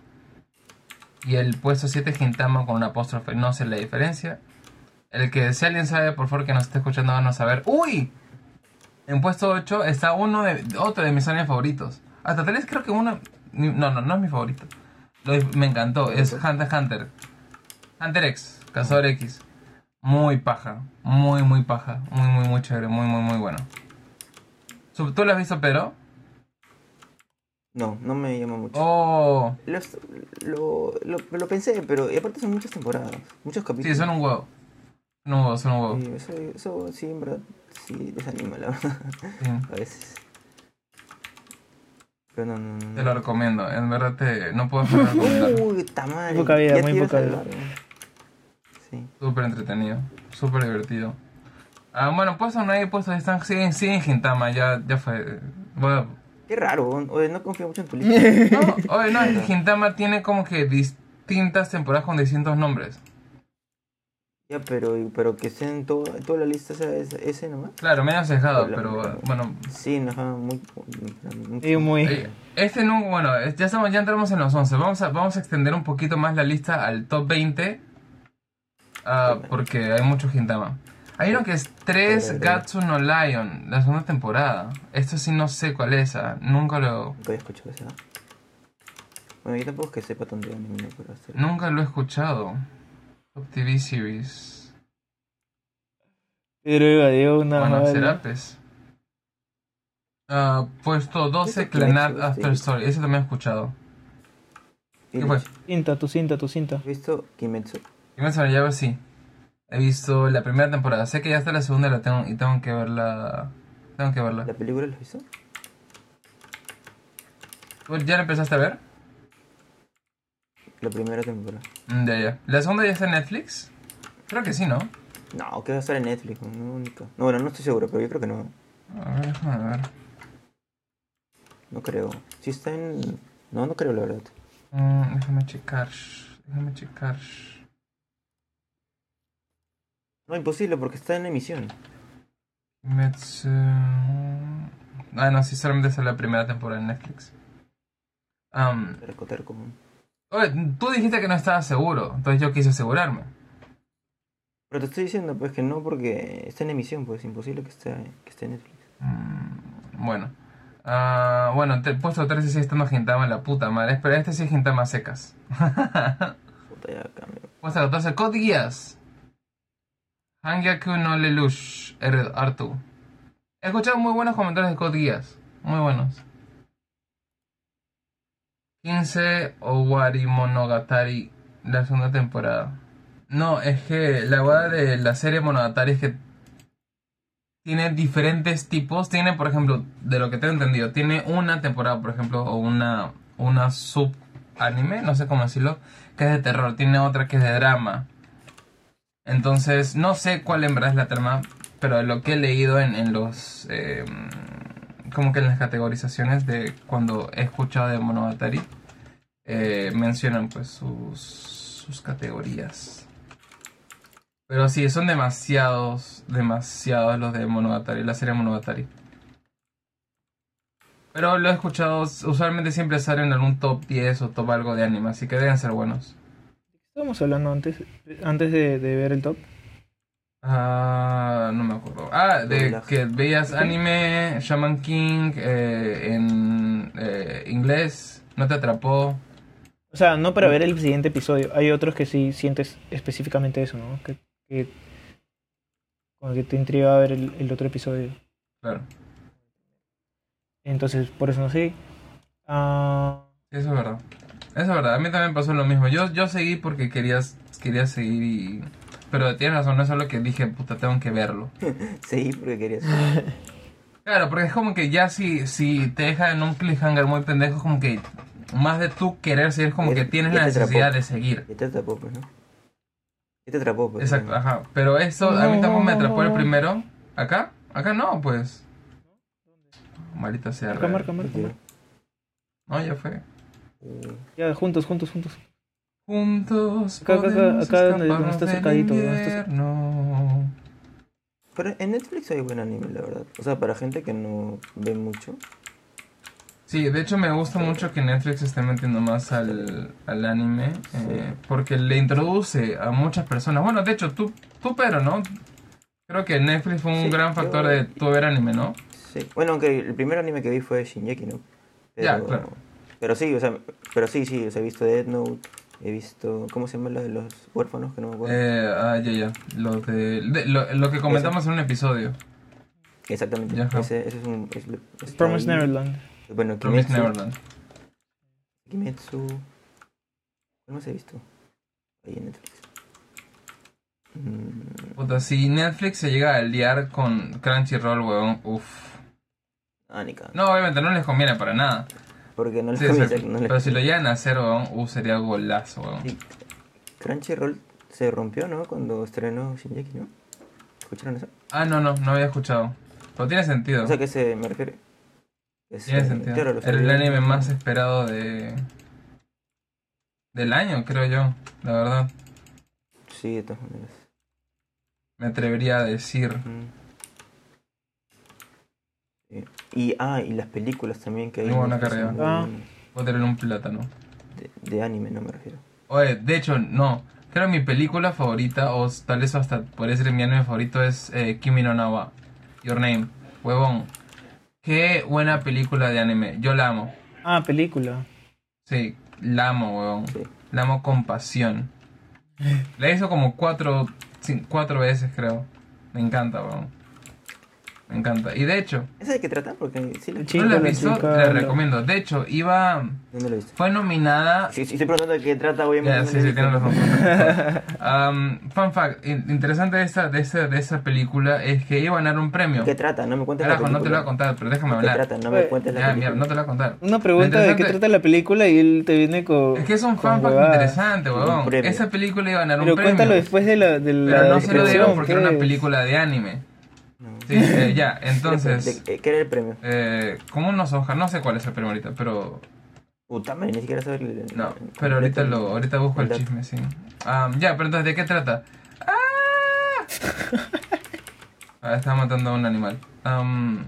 Speaker 1: Y el puesto 7 es Gentama con un apóstrofe, no sé la diferencia. El que si alguien sabe, por favor, que nos esté escuchando, van a saber. ¡Uy! En puesto 8 está uno de, otro de mis animes favoritos. Hasta tal vez creo que uno... ni- No, no, no es mi favorito. Lo dis- me encantó. Es Hunter x Hunter. Hunter X. Cazador X. Muy paja. Muy, muy paja. Muy, muy, muy chévere. Muy, muy, muy bueno. Su- ¿Tú lo has visto, Pedro?
Speaker 3: No, no me llama mucho.
Speaker 1: Oh...
Speaker 3: Los- lo, lo, lo pensé, pero y aparte son muchas temporadas, muchos
Speaker 1: Sí,
Speaker 3: capítulos.
Speaker 1: son un huevo. Son un huevo, son un huevo.
Speaker 3: Sí, eso, eso sí, en verdad, sí desanima, la verdad,
Speaker 1: Sí.
Speaker 3: a veces. Pero no, no, no.
Speaker 1: Te lo recomiendo. En verdad te... No puedo dejar de recomendarlo.
Speaker 3: Uy, está mal.
Speaker 2: Muy poca vida,
Speaker 3: ya te
Speaker 2: muy
Speaker 3: ibas
Speaker 2: poca
Speaker 3: a
Speaker 2: vida.
Speaker 3: hablar, ¿no? Sí.
Speaker 1: Súper entretenido, súper divertido. Ah, bueno, puesto no hay puesto están siguen siguen Gintama, ya ya fue. Bueno,
Speaker 3: Qué raro, weón. Oye, no confío mucho en tu lista.
Speaker 1: no, oye, no, es que Gintama tiene como que distintas temporadas con distintos nombres.
Speaker 3: ya, pero, pero que esté en todo- en toda la lista sea ese, ese nomás.
Speaker 1: Claro, medio sesgado, pero ah, bueno.
Speaker 3: Sí, no, ajá, muy... muy-
Speaker 2: Sí, muy-
Speaker 1: Eh, Este no, bueno, es- ya estamos ya entramos en los 11. Vamos a vamos a extender un poquito más la lista al top 20. ah, porque hay mucho Gintama. Hay uno que es 3 Gatsu no Lion, la segunda temporada. Esto sí no sé cuál es, ah, nunca lo
Speaker 3: Nunca había escuchado esa. Bueno, yo tampoco es que sepa tanto de anime, pero hasta...
Speaker 1: Nunca lo he escuchado. Top TV Series.
Speaker 2: Pedro evadió una
Speaker 1: bueno,
Speaker 2: bala.
Speaker 1: Serapes. Ah, puesto 12,
Speaker 3: Ese
Speaker 1: Clanat
Speaker 3: Kinexus,
Speaker 1: After
Speaker 3: sí.
Speaker 1: Story. Ese también he escuchado. ¿Qué fue?
Speaker 2: Cinta, tu cinta, tu cinta.
Speaker 3: ¿Has visto Kimetsu?
Speaker 1: Y me sobre llave sí. He visto la primera temporada. Sé que ya está la segunda y la tengo, y tengo que verla. Tengo que verla.
Speaker 3: ¿La película la has visto?
Speaker 1: ¿Tú Pues, ¿Ya la empezaste a ver?
Speaker 3: La primera temporada.
Speaker 1: Mm, ya, ya. ¿La segunda ya está en Netflix? Creo que sí, ¿no?
Speaker 3: No, que va a estar en Netflix, no única. No, bueno, no estoy seguro, pero yo creo que no.
Speaker 1: A ver, déjame ver.
Speaker 3: No creo. Si está en. No, no creo, la verdad.
Speaker 1: Mm, déjame checar. Déjame checar.
Speaker 3: No, imposible, porque está en emisión.
Speaker 1: Kimetsu. uh, Ah, no, sí, solamente sale la primera temporada en Netflix. Am,
Speaker 3: Terco, terco.
Speaker 1: oye, tú dijiste que no estabas seguro, entonces yo quise asegurarme.
Speaker 3: Pero te estoy diciendo, pues, que no, porque está en emisión, pues, imposible que esté, que esté en Netflix.
Speaker 1: Mm, bueno. Ah, bueno, te, puesto 13 sí estando Gintama la puta madre, pero este sí es Gintama a secas.
Speaker 3: Puta, ya cambio.
Speaker 1: puesto 14, Code Geass. Hangyaku no Lelouch, R. Artu. He escuchado muy buenos comentarios de Scott Díaz. Muy buenos. 15 Owari Monogatari, la segunda temporada. No, es que la verdad de la serie Monogatari es que tiene diferentes tipos. Tiene, por ejemplo, de lo que tengo entendido, tiene una temporada, por ejemplo, o una, una sub anime, no sé cómo decirlo, que es de terror. Tiene otra que es de drama. Entonces, no sé cuál en verdad es la trama, pero lo que he leído en, en los. eh, como que en las categorizaciones de cuando he escuchado de Monogatari, eh, mencionan pues sus, sus categorías. Pero sí, son demasiados, demasiados los de Monogatari, la serie Monogatari. Pero lo he escuchado, usualmente siempre salen en algún top 10 o top algo de anime, así que deben ser buenos.
Speaker 2: Estábamos hablando antes, antes de, de ver el top.
Speaker 1: Ah, no me acuerdo. Ah, de
Speaker 3: Doblaje.
Speaker 1: que veías anime, Shaman King, eh, en eh, inglés, no te atrapó.
Speaker 2: O sea, no para ver el siguiente episodio. Hay otros que sí sientes específicamente eso, ¿no? Que, que, como que te intriga ver el, el otro episodio.
Speaker 1: Claro,
Speaker 2: Entonces, por eso no sé. Ah,
Speaker 1: eso es verdad. Eso es verdad, a mí también pasó lo mismo. Yo, yo seguí porque querías, quería seguir y... Pero tienes razón, no es algo que dije, puta, tengo que verlo.
Speaker 3: Sí, porque querías.
Speaker 1: Claro, porque es como que ya si, si te deja en un cliffhanger muy pendejo, es como que más de tú querer seguir, es como
Speaker 3: Ya-
Speaker 1: que tienes
Speaker 3: ya
Speaker 1: la
Speaker 3: te atrapó.
Speaker 1: necesidad de seguir.
Speaker 3: Ya te atrapó, pues, ¿no? Ya te atrapó, pues.
Speaker 1: Exacto, ajá. Pero eso, a mí
Speaker 2: No,
Speaker 1: tampoco me
Speaker 2: no,
Speaker 1: atrapó
Speaker 2: no,
Speaker 1: el
Speaker 2: no.
Speaker 1: primero. ¿Acá? Acá no, pues. Marita se
Speaker 2: marca, marca, marca,
Speaker 3: Ya.
Speaker 2: marca.
Speaker 1: No, ya fue.
Speaker 3: Eh,
Speaker 2: Ya, juntos, juntos, juntos.
Speaker 1: Juntos
Speaker 2: Acá, acá, acá,
Speaker 1: podemos
Speaker 2: acá donde- donde
Speaker 1: escaparnos
Speaker 2: está
Speaker 1: del
Speaker 2: cercadito, donde está cer-
Speaker 1: invierno.
Speaker 3: Pero en Netflix hay buen anime, la verdad. O sea, para gente que no ve mucho.
Speaker 1: Sí, de hecho me gusta mucho que Netflix esté metiendo más al, al anime eh, porque le introduce a muchas personas. Bueno, de hecho, tú, tú pero, ¿no? Creo que Netflix fue un
Speaker 3: Sí,
Speaker 1: gran
Speaker 3: yo-
Speaker 1: factor de tu ver anime, ¿no?
Speaker 3: Sí. Bueno, aunque el primer anime que vi fue Shingeki, ¿no?
Speaker 1: Ya, claro.
Speaker 3: Pero sí, o sea, pero sí, sí, o sea, he visto Death Note, he visto, ¿cómo se llaman los de los huérfanos? Que no me acuerdo.
Speaker 1: Eh, ah, ya, ya. Lo, de, de- lo, lo que comentamos en un episodio.
Speaker 3: Exactamente.
Speaker 1: ya, ajá.
Speaker 3: Ese, ese es un... es- está
Speaker 2: Promise
Speaker 3: ahí.
Speaker 2: Neverland.
Speaker 3: Bueno,
Speaker 1: Promise
Speaker 3: Kimetsu.
Speaker 1: Neverland.
Speaker 3: Kimetsu. ¿Cuál más he visto? Ahí en Netflix. Mm,
Speaker 1: Puta, si Netflix se llega a liar con Crunchyroll, weón, uff.
Speaker 3: ah, ni cago.
Speaker 1: No, obviamente no les conviene para nada.
Speaker 3: Porque no les
Speaker 1: Sí, o sea,
Speaker 3: conviene, no les-
Speaker 1: pero si lo llegan a hacer, weón, uh, sería golazo, weón.
Speaker 3: Sí. Crunchyroll se rompió, ¿no? Cuando estrenó Shingeki, ¿no? ¿Escucharon eso?
Speaker 1: Ah, no, no, no había escuchado. Pero tiene sentido.
Speaker 3: O sea, que se me refiero. Es,
Speaker 1: tiene
Speaker 3: eh,
Speaker 1: sentido.
Speaker 3: claro, los
Speaker 1: Era el
Speaker 3: servidores-
Speaker 1: anime más eh. esperado de. del año, creo yo. La verdad.
Speaker 3: Sí, de todas maneras.
Speaker 1: Me atrevería a decir.
Speaker 3: Mm. Sí. Y, ah, y las películas también que hay.
Speaker 1: Muy
Speaker 3: en
Speaker 1: buena
Speaker 3: Netflix
Speaker 1: carrera.
Speaker 3: son muy
Speaker 2: Ah.
Speaker 3: buenas.
Speaker 1: Puedo tener un plátano.
Speaker 3: De, de anime, no me refiero.
Speaker 1: Oye, de hecho, no. Creo que mi película favorita, o tal vez hasta podría ser mi anime favorito, es eh, Kimi no Na wa Your Name. Huevón. Qué buena película de anime. Yo la amo.
Speaker 2: Ah, película.
Speaker 1: Sí, la amo, huevón.
Speaker 3: Sí.
Speaker 1: La amo con pasión. La hizo como cuatro, cin- cuatro veces, creo. Me encanta, huevón. Me encanta. Y de hecho,
Speaker 3: ¿Esa de qué trata? Porque sí, la...
Speaker 2: El
Speaker 1: no la
Speaker 2: Chica,
Speaker 1: has
Speaker 2: la
Speaker 1: visto,
Speaker 2: chica,
Speaker 1: te la
Speaker 2: la-
Speaker 1: recomiendo. De hecho, iba...
Speaker 3: ¿Dónde lo viste?
Speaker 1: Fue nominada
Speaker 3: Si, si estoy preguntando de qué trata, obviamente.
Speaker 1: Ya,
Speaker 3: no
Speaker 1: sí,
Speaker 3: la he
Speaker 1: sí,
Speaker 3: visto.
Speaker 1: tienes razón. Um, fun fact, in- interesante de esta, de, esta, de esta película es que iba a ganar un premio.
Speaker 3: ¿De qué trata? No me cuentes la
Speaker 1: Carajo, no te lo
Speaker 3: película.
Speaker 1: voy a contar, pero déjame
Speaker 3: ¿De qué
Speaker 1: hablar.
Speaker 3: trata? No me
Speaker 2: Oye.
Speaker 3: cuentes la
Speaker 1: Ya, mierda, no
Speaker 3: película.
Speaker 1: te lo voy a contar.
Speaker 2: Una pregunta
Speaker 1: Lo
Speaker 2: de qué
Speaker 1: interesante-
Speaker 2: trata la película y él te viene con.
Speaker 1: Es que es un
Speaker 2: con
Speaker 1: fan fact
Speaker 2: huevadas.
Speaker 1: interesante,
Speaker 3: Un
Speaker 1: huevón.
Speaker 3: premio.
Speaker 1: Esa película iba a ganar un
Speaker 2: Pero
Speaker 1: premio.
Speaker 2: cuéntalo después de la. De la
Speaker 1: pero no se lo digo
Speaker 2: descripción,
Speaker 1: porque era
Speaker 2: ¿qué
Speaker 1: una
Speaker 2: es?
Speaker 1: película de anime.
Speaker 3: No.
Speaker 1: Sí, eh, ya,
Speaker 3: ¿De-
Speaker 1: entonces.
Speaker 3: de- ¿Qué era el premio?
Speaker 1: Eh, como unos hojas, no sé cuál es el premio ahorita, pero
Speaker 3: Puta madre, ni siquiera sabes el.
Speaker 1: No, pero ahorita lo, ahorita busco el
Speaker 3: Dato.
Speaker 1: chisme, sí. Am, ya, pero entonces, ¿de qué trata? ¡Ah! Ah, está matando a un animal. Am,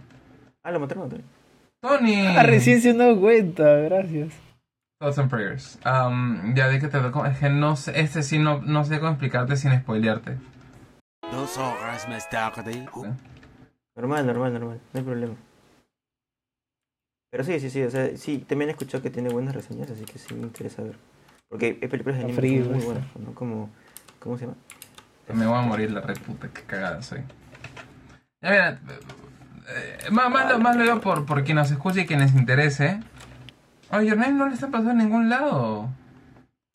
Speaker 3: Ah, lo mataron. ¿no?
Speaker 1: Tony.
Speaker 2: Ah, recién se han dado cuenta, gracias.
Speaker 1: Thoughts and prayers. Am, ya, ¿de qué trata? ¿Cómo? Es que no sé, este sí no, no sé cómo explicarte sin spoilearte.
Speaker 5: Dos horas más tarde.
Speaker 3: Normal, normal, normal. No hay problema. Pero sí, sí, sí. O sea, sí, también he escuchado que tiene buenas reseñas, así que sí me interesa ver. Porque hay películas
Speaker 2: Está
Speaker 3: de anime que
Speaker 2: frío
Speaker 3: son muy
Speaker 2: eso.
Speaker 3: buenas, ¿no? Como. ¿Cómo se llama?
Speaker 1: Me voy a morir la reputa, qué cagada soy. Ya, mira, eh, más, más lo, más lo digo por, por quien nos escuche y quien les interese. Oye, Your Name no le está pasando en ningún lado.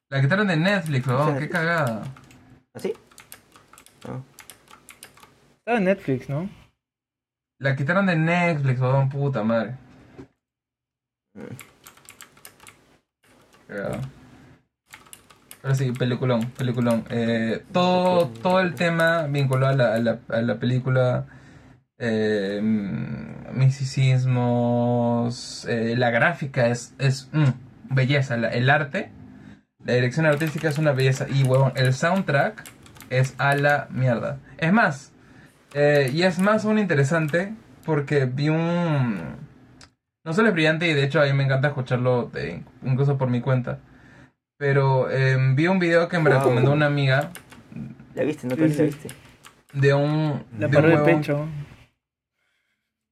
Speaker 1: La quitaron de Netflix, weón, qué cagada.
Speaker 3: ¿Así? Ah,
Speaker 2: Estaba en Netflix, ¿no?
Speaker 1: La quitaron de Netflix, weón, puta madre. Cagada. Pero sí, peliculón, peliculón. Eh, todo, todo el tema vinculado a la, a la, a la película, eh, mm, misticismos, eh, la gráfica es, es mm, belleza, la- el arte, la dirección artística es una belleza y huevón, el soundtrack es a la mierda. Es más, eh, y es más aún interesante porque vi un... No solo es brillante y de hecho a mí me encanta escucharlo de- incluso por mi cuenta. Pero eh, vi un video que me
Speaker 3: Wow.
Speaker 1: recomendó una amiga
Speaker 3: ¿La viste? ¿No
Speaker 2: Sí,
Speaker 3: Cari? la
Speaker 2: sí.
Speaker 3: viste?
Speaker 1: de un... de
Speaker 2: La
Speaker 1: un
Speaker 2: paró de
Speaker 1: huevón-
Speaker 2: pecho.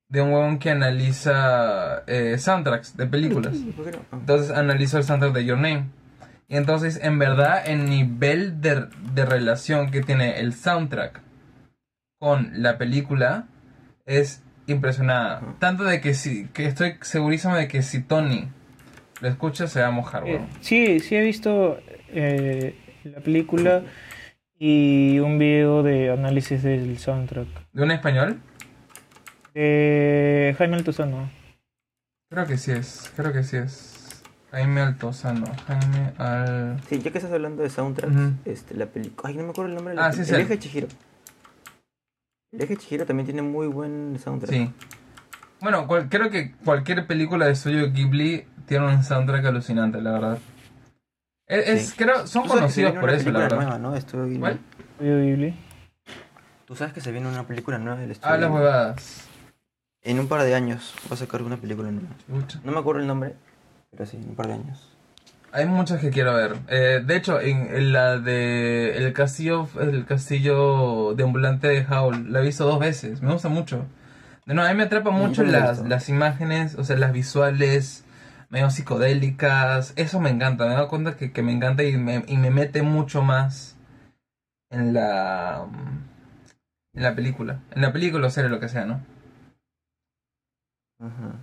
Speaker 1: de un huevón que analiza eh, soundtracks de películas.
Speaker 3: ¿Por qué no? Ah.
Speaker 1: Entonces analizo el soundtrack de Your Name. Y entonces, en verdad, el nivel de, de relación que tiene el soundtrack con la película es impresionada. Tanto de que si, que estoy segurísimo de que si Tony lo escucha, se va a mojar,
Speaker 2: Eh,
Speaker 1: weón.
Speaker 2: sí, sí he visto eh, la película y un video de análisis del soundtrack.
Speaker 1: ¿De un español?
Speaker 2: De Jaime Altozano.
Speaker 1: Creo que sí es, creo que sí es. Jaime Altozano, Jaime Al...
Speaker 3: Sí, ya que estás hablando de soundtracks,
Speaker 1: Ujú.
Speaker 3: este, la película... Ay, no me acuerdo el nombre de la
Speaker 1: Ah, sí,
Speaker 3: peli-
Speaker 1: sí.
Speaker 3: El eje de Chihiro. El eje de Chihiro también tiene muy buen soundtrack.
Speaker 1: Sí. Bueno, cual- creo que cualquier película de estudio Ghibli tiene un soundtrack alucinante, la verdad. Es, es-
Speaker 3: Sí.
Speaker 1: creo, son
Speaker 3: Tú sabes que se
Speaker 1: conocidos
Speaker 3: viene
Speaker 1: por
Speaker 3: una
Speaker 1: eso, la
Speaker 3: película
Speaker 1: verdad.
Speaker 3: Nueva, ¿no? Estudio Ghibli.
Speaker 1: ¿Cuál?
Speaker 2: Audio Ghibli.
Speaker 3: Tú sabes que se viene una película nueva del estudio.
Speaker 1: Ah, las
Speaker 3: Ghibli.
Speaker 1: huevadas.
Speaker 3: En un par de años va a sacar una película nueva.
Speaker 1: Chucha.
Speaker 3: No me acuerdo el nombre, pero sí, en un par de años.
Speaker 1: Hay muchas que quiero ver. Eh, de hecho, en, en la de El Castillo el castillo de ambulante de Howl, la he visto dos veces. Me gusta mucho. De nuevo, a mí me atrapa mucho
Speaker 3: también la he
Speaker 1: las,
Speaker 3: visto.
Speaker 1: las imágenes, o sea, las visuales, medio psicodélicas. Eso me encanta. Me he dado cuenta que, que me encanta y me, y me mete mucho más en la. En la película. En la película o serie, lo que sea, ¿no?
Speaker 3: Ajá.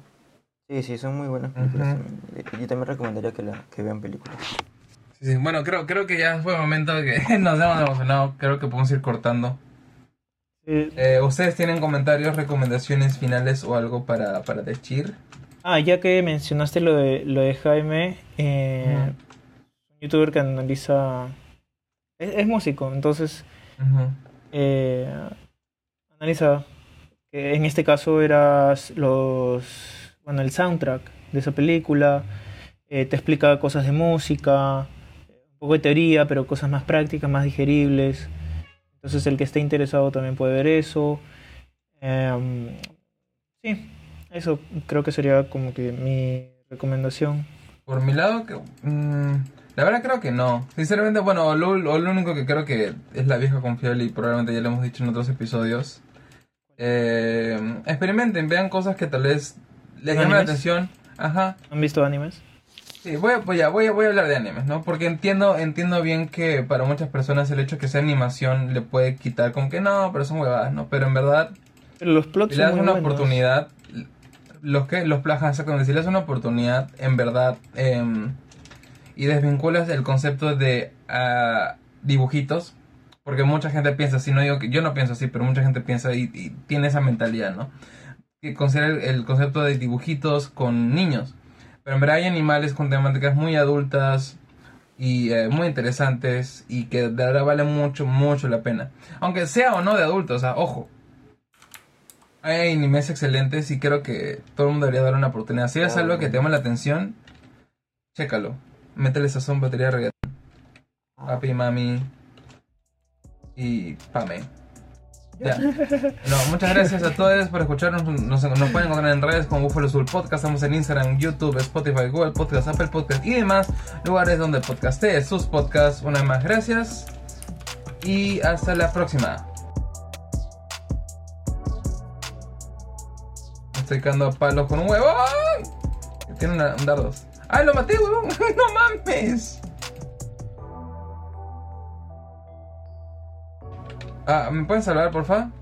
Speaker 3: Sí, sí, son muy buenas películas.
Speaker 1: Ujú.
Speaker 3: también. Yo también recomendaría que, la, que vean películas.
Speaker 1: Sí, sí. Bueno, creo, creo que ya fue el momento que nos hemos emocionado. Creo que podemos ir cortando.
Speaker 2: Eh,
Speaker 1: Eh, ¿Ustedes tienen comentarios, recomendaciones finales o algo para, para decir?
Speaker 2: ah, ya que mencionaste lo de, lo de Jaime, eh,
Speaker 1: Ujú.
Speaker 2: un youtuber que analiza... Es, es músico, entonces
Speaker 1: Ujú.
Speaker 2: eh, analiza... que en este caso era los... Bueno, el soundtrack de esa película. eh, te explica cosas de música, un poco de teoría, pero cosas más prácticas, más digeribles. Entonces el que esté interesado también puede ver eso. Em, sí, eso creo que sería como que mi recomendación.
Speaker 1: Por mi lado, que, mm, la verdad creo que no. Sinceramente, bueno, lo, lo- lo único que creo que es la vieja confiable y probablemente ya lo hemos dicho en otros episodios. Eh, experimenten, vean cosas que tal vez les llamen la
Speaker 2: ¿Animes?
Speaker 1: atención. Ajá.
Speaker 2: ¿Han visto animes?
Speaker 1: Sí, voy a, voy, a, voy, a, voy a hablar de animes, ¿no? Porque entiendo, entiendo bien que para muchas personas el hecho de que sea animación le puede quitar como que no, pero son huevadas, ¿no? Pero en verdad
Speaker 2: Pero los plots
Speaker 1: si le
Speaker 2: son
Speaker 1: das
Speaker 2: muy
Speaker 1: una
Speaker 2: buenos.
Speaker 1: oportunidad, los que los plajas exactamente, si le das una oportunidad, en verdad, em, y desvinculas el concepto de ah, dibujitos, porque mucha gente piensa así, no digo que yo no pienso así, pero mucha gente piensa y, y tiene esa mentalidad, ¿no? Que considera el, el concepto de dibujitos con niños, pero en verdad hay animales con temáticas muy adultas y eh, muy interesantes y que de verdad vale mucho, mucho la pena. Aunque sea o no de adultos, o sea, ojo, hay animes excelentes y creo que todo el mundo debería dar una oportunidad. Si es algo que te llama la atención, chécalo. Métele sazón, batería, reggaetón. Papi, mami y pame. Ya. No, muchas gracias a todos por escucharnos. Nos, nos pueden encontrar en redes como Buffalo Soul Podcast. Estamos en Instagram, YouTube, Spotify, Google Podcast, Apple Podcast y demás lugares donde podcastee sus podcasts. Una vez más, gracias y hasta la próxima. Me estoy cagando a palos con un huevo. ¡Ay! Tiene una- un dardos. ¡Ay, lo maté, huevón! ¡No mames! Ah, ¿me pueden salvar, porfa?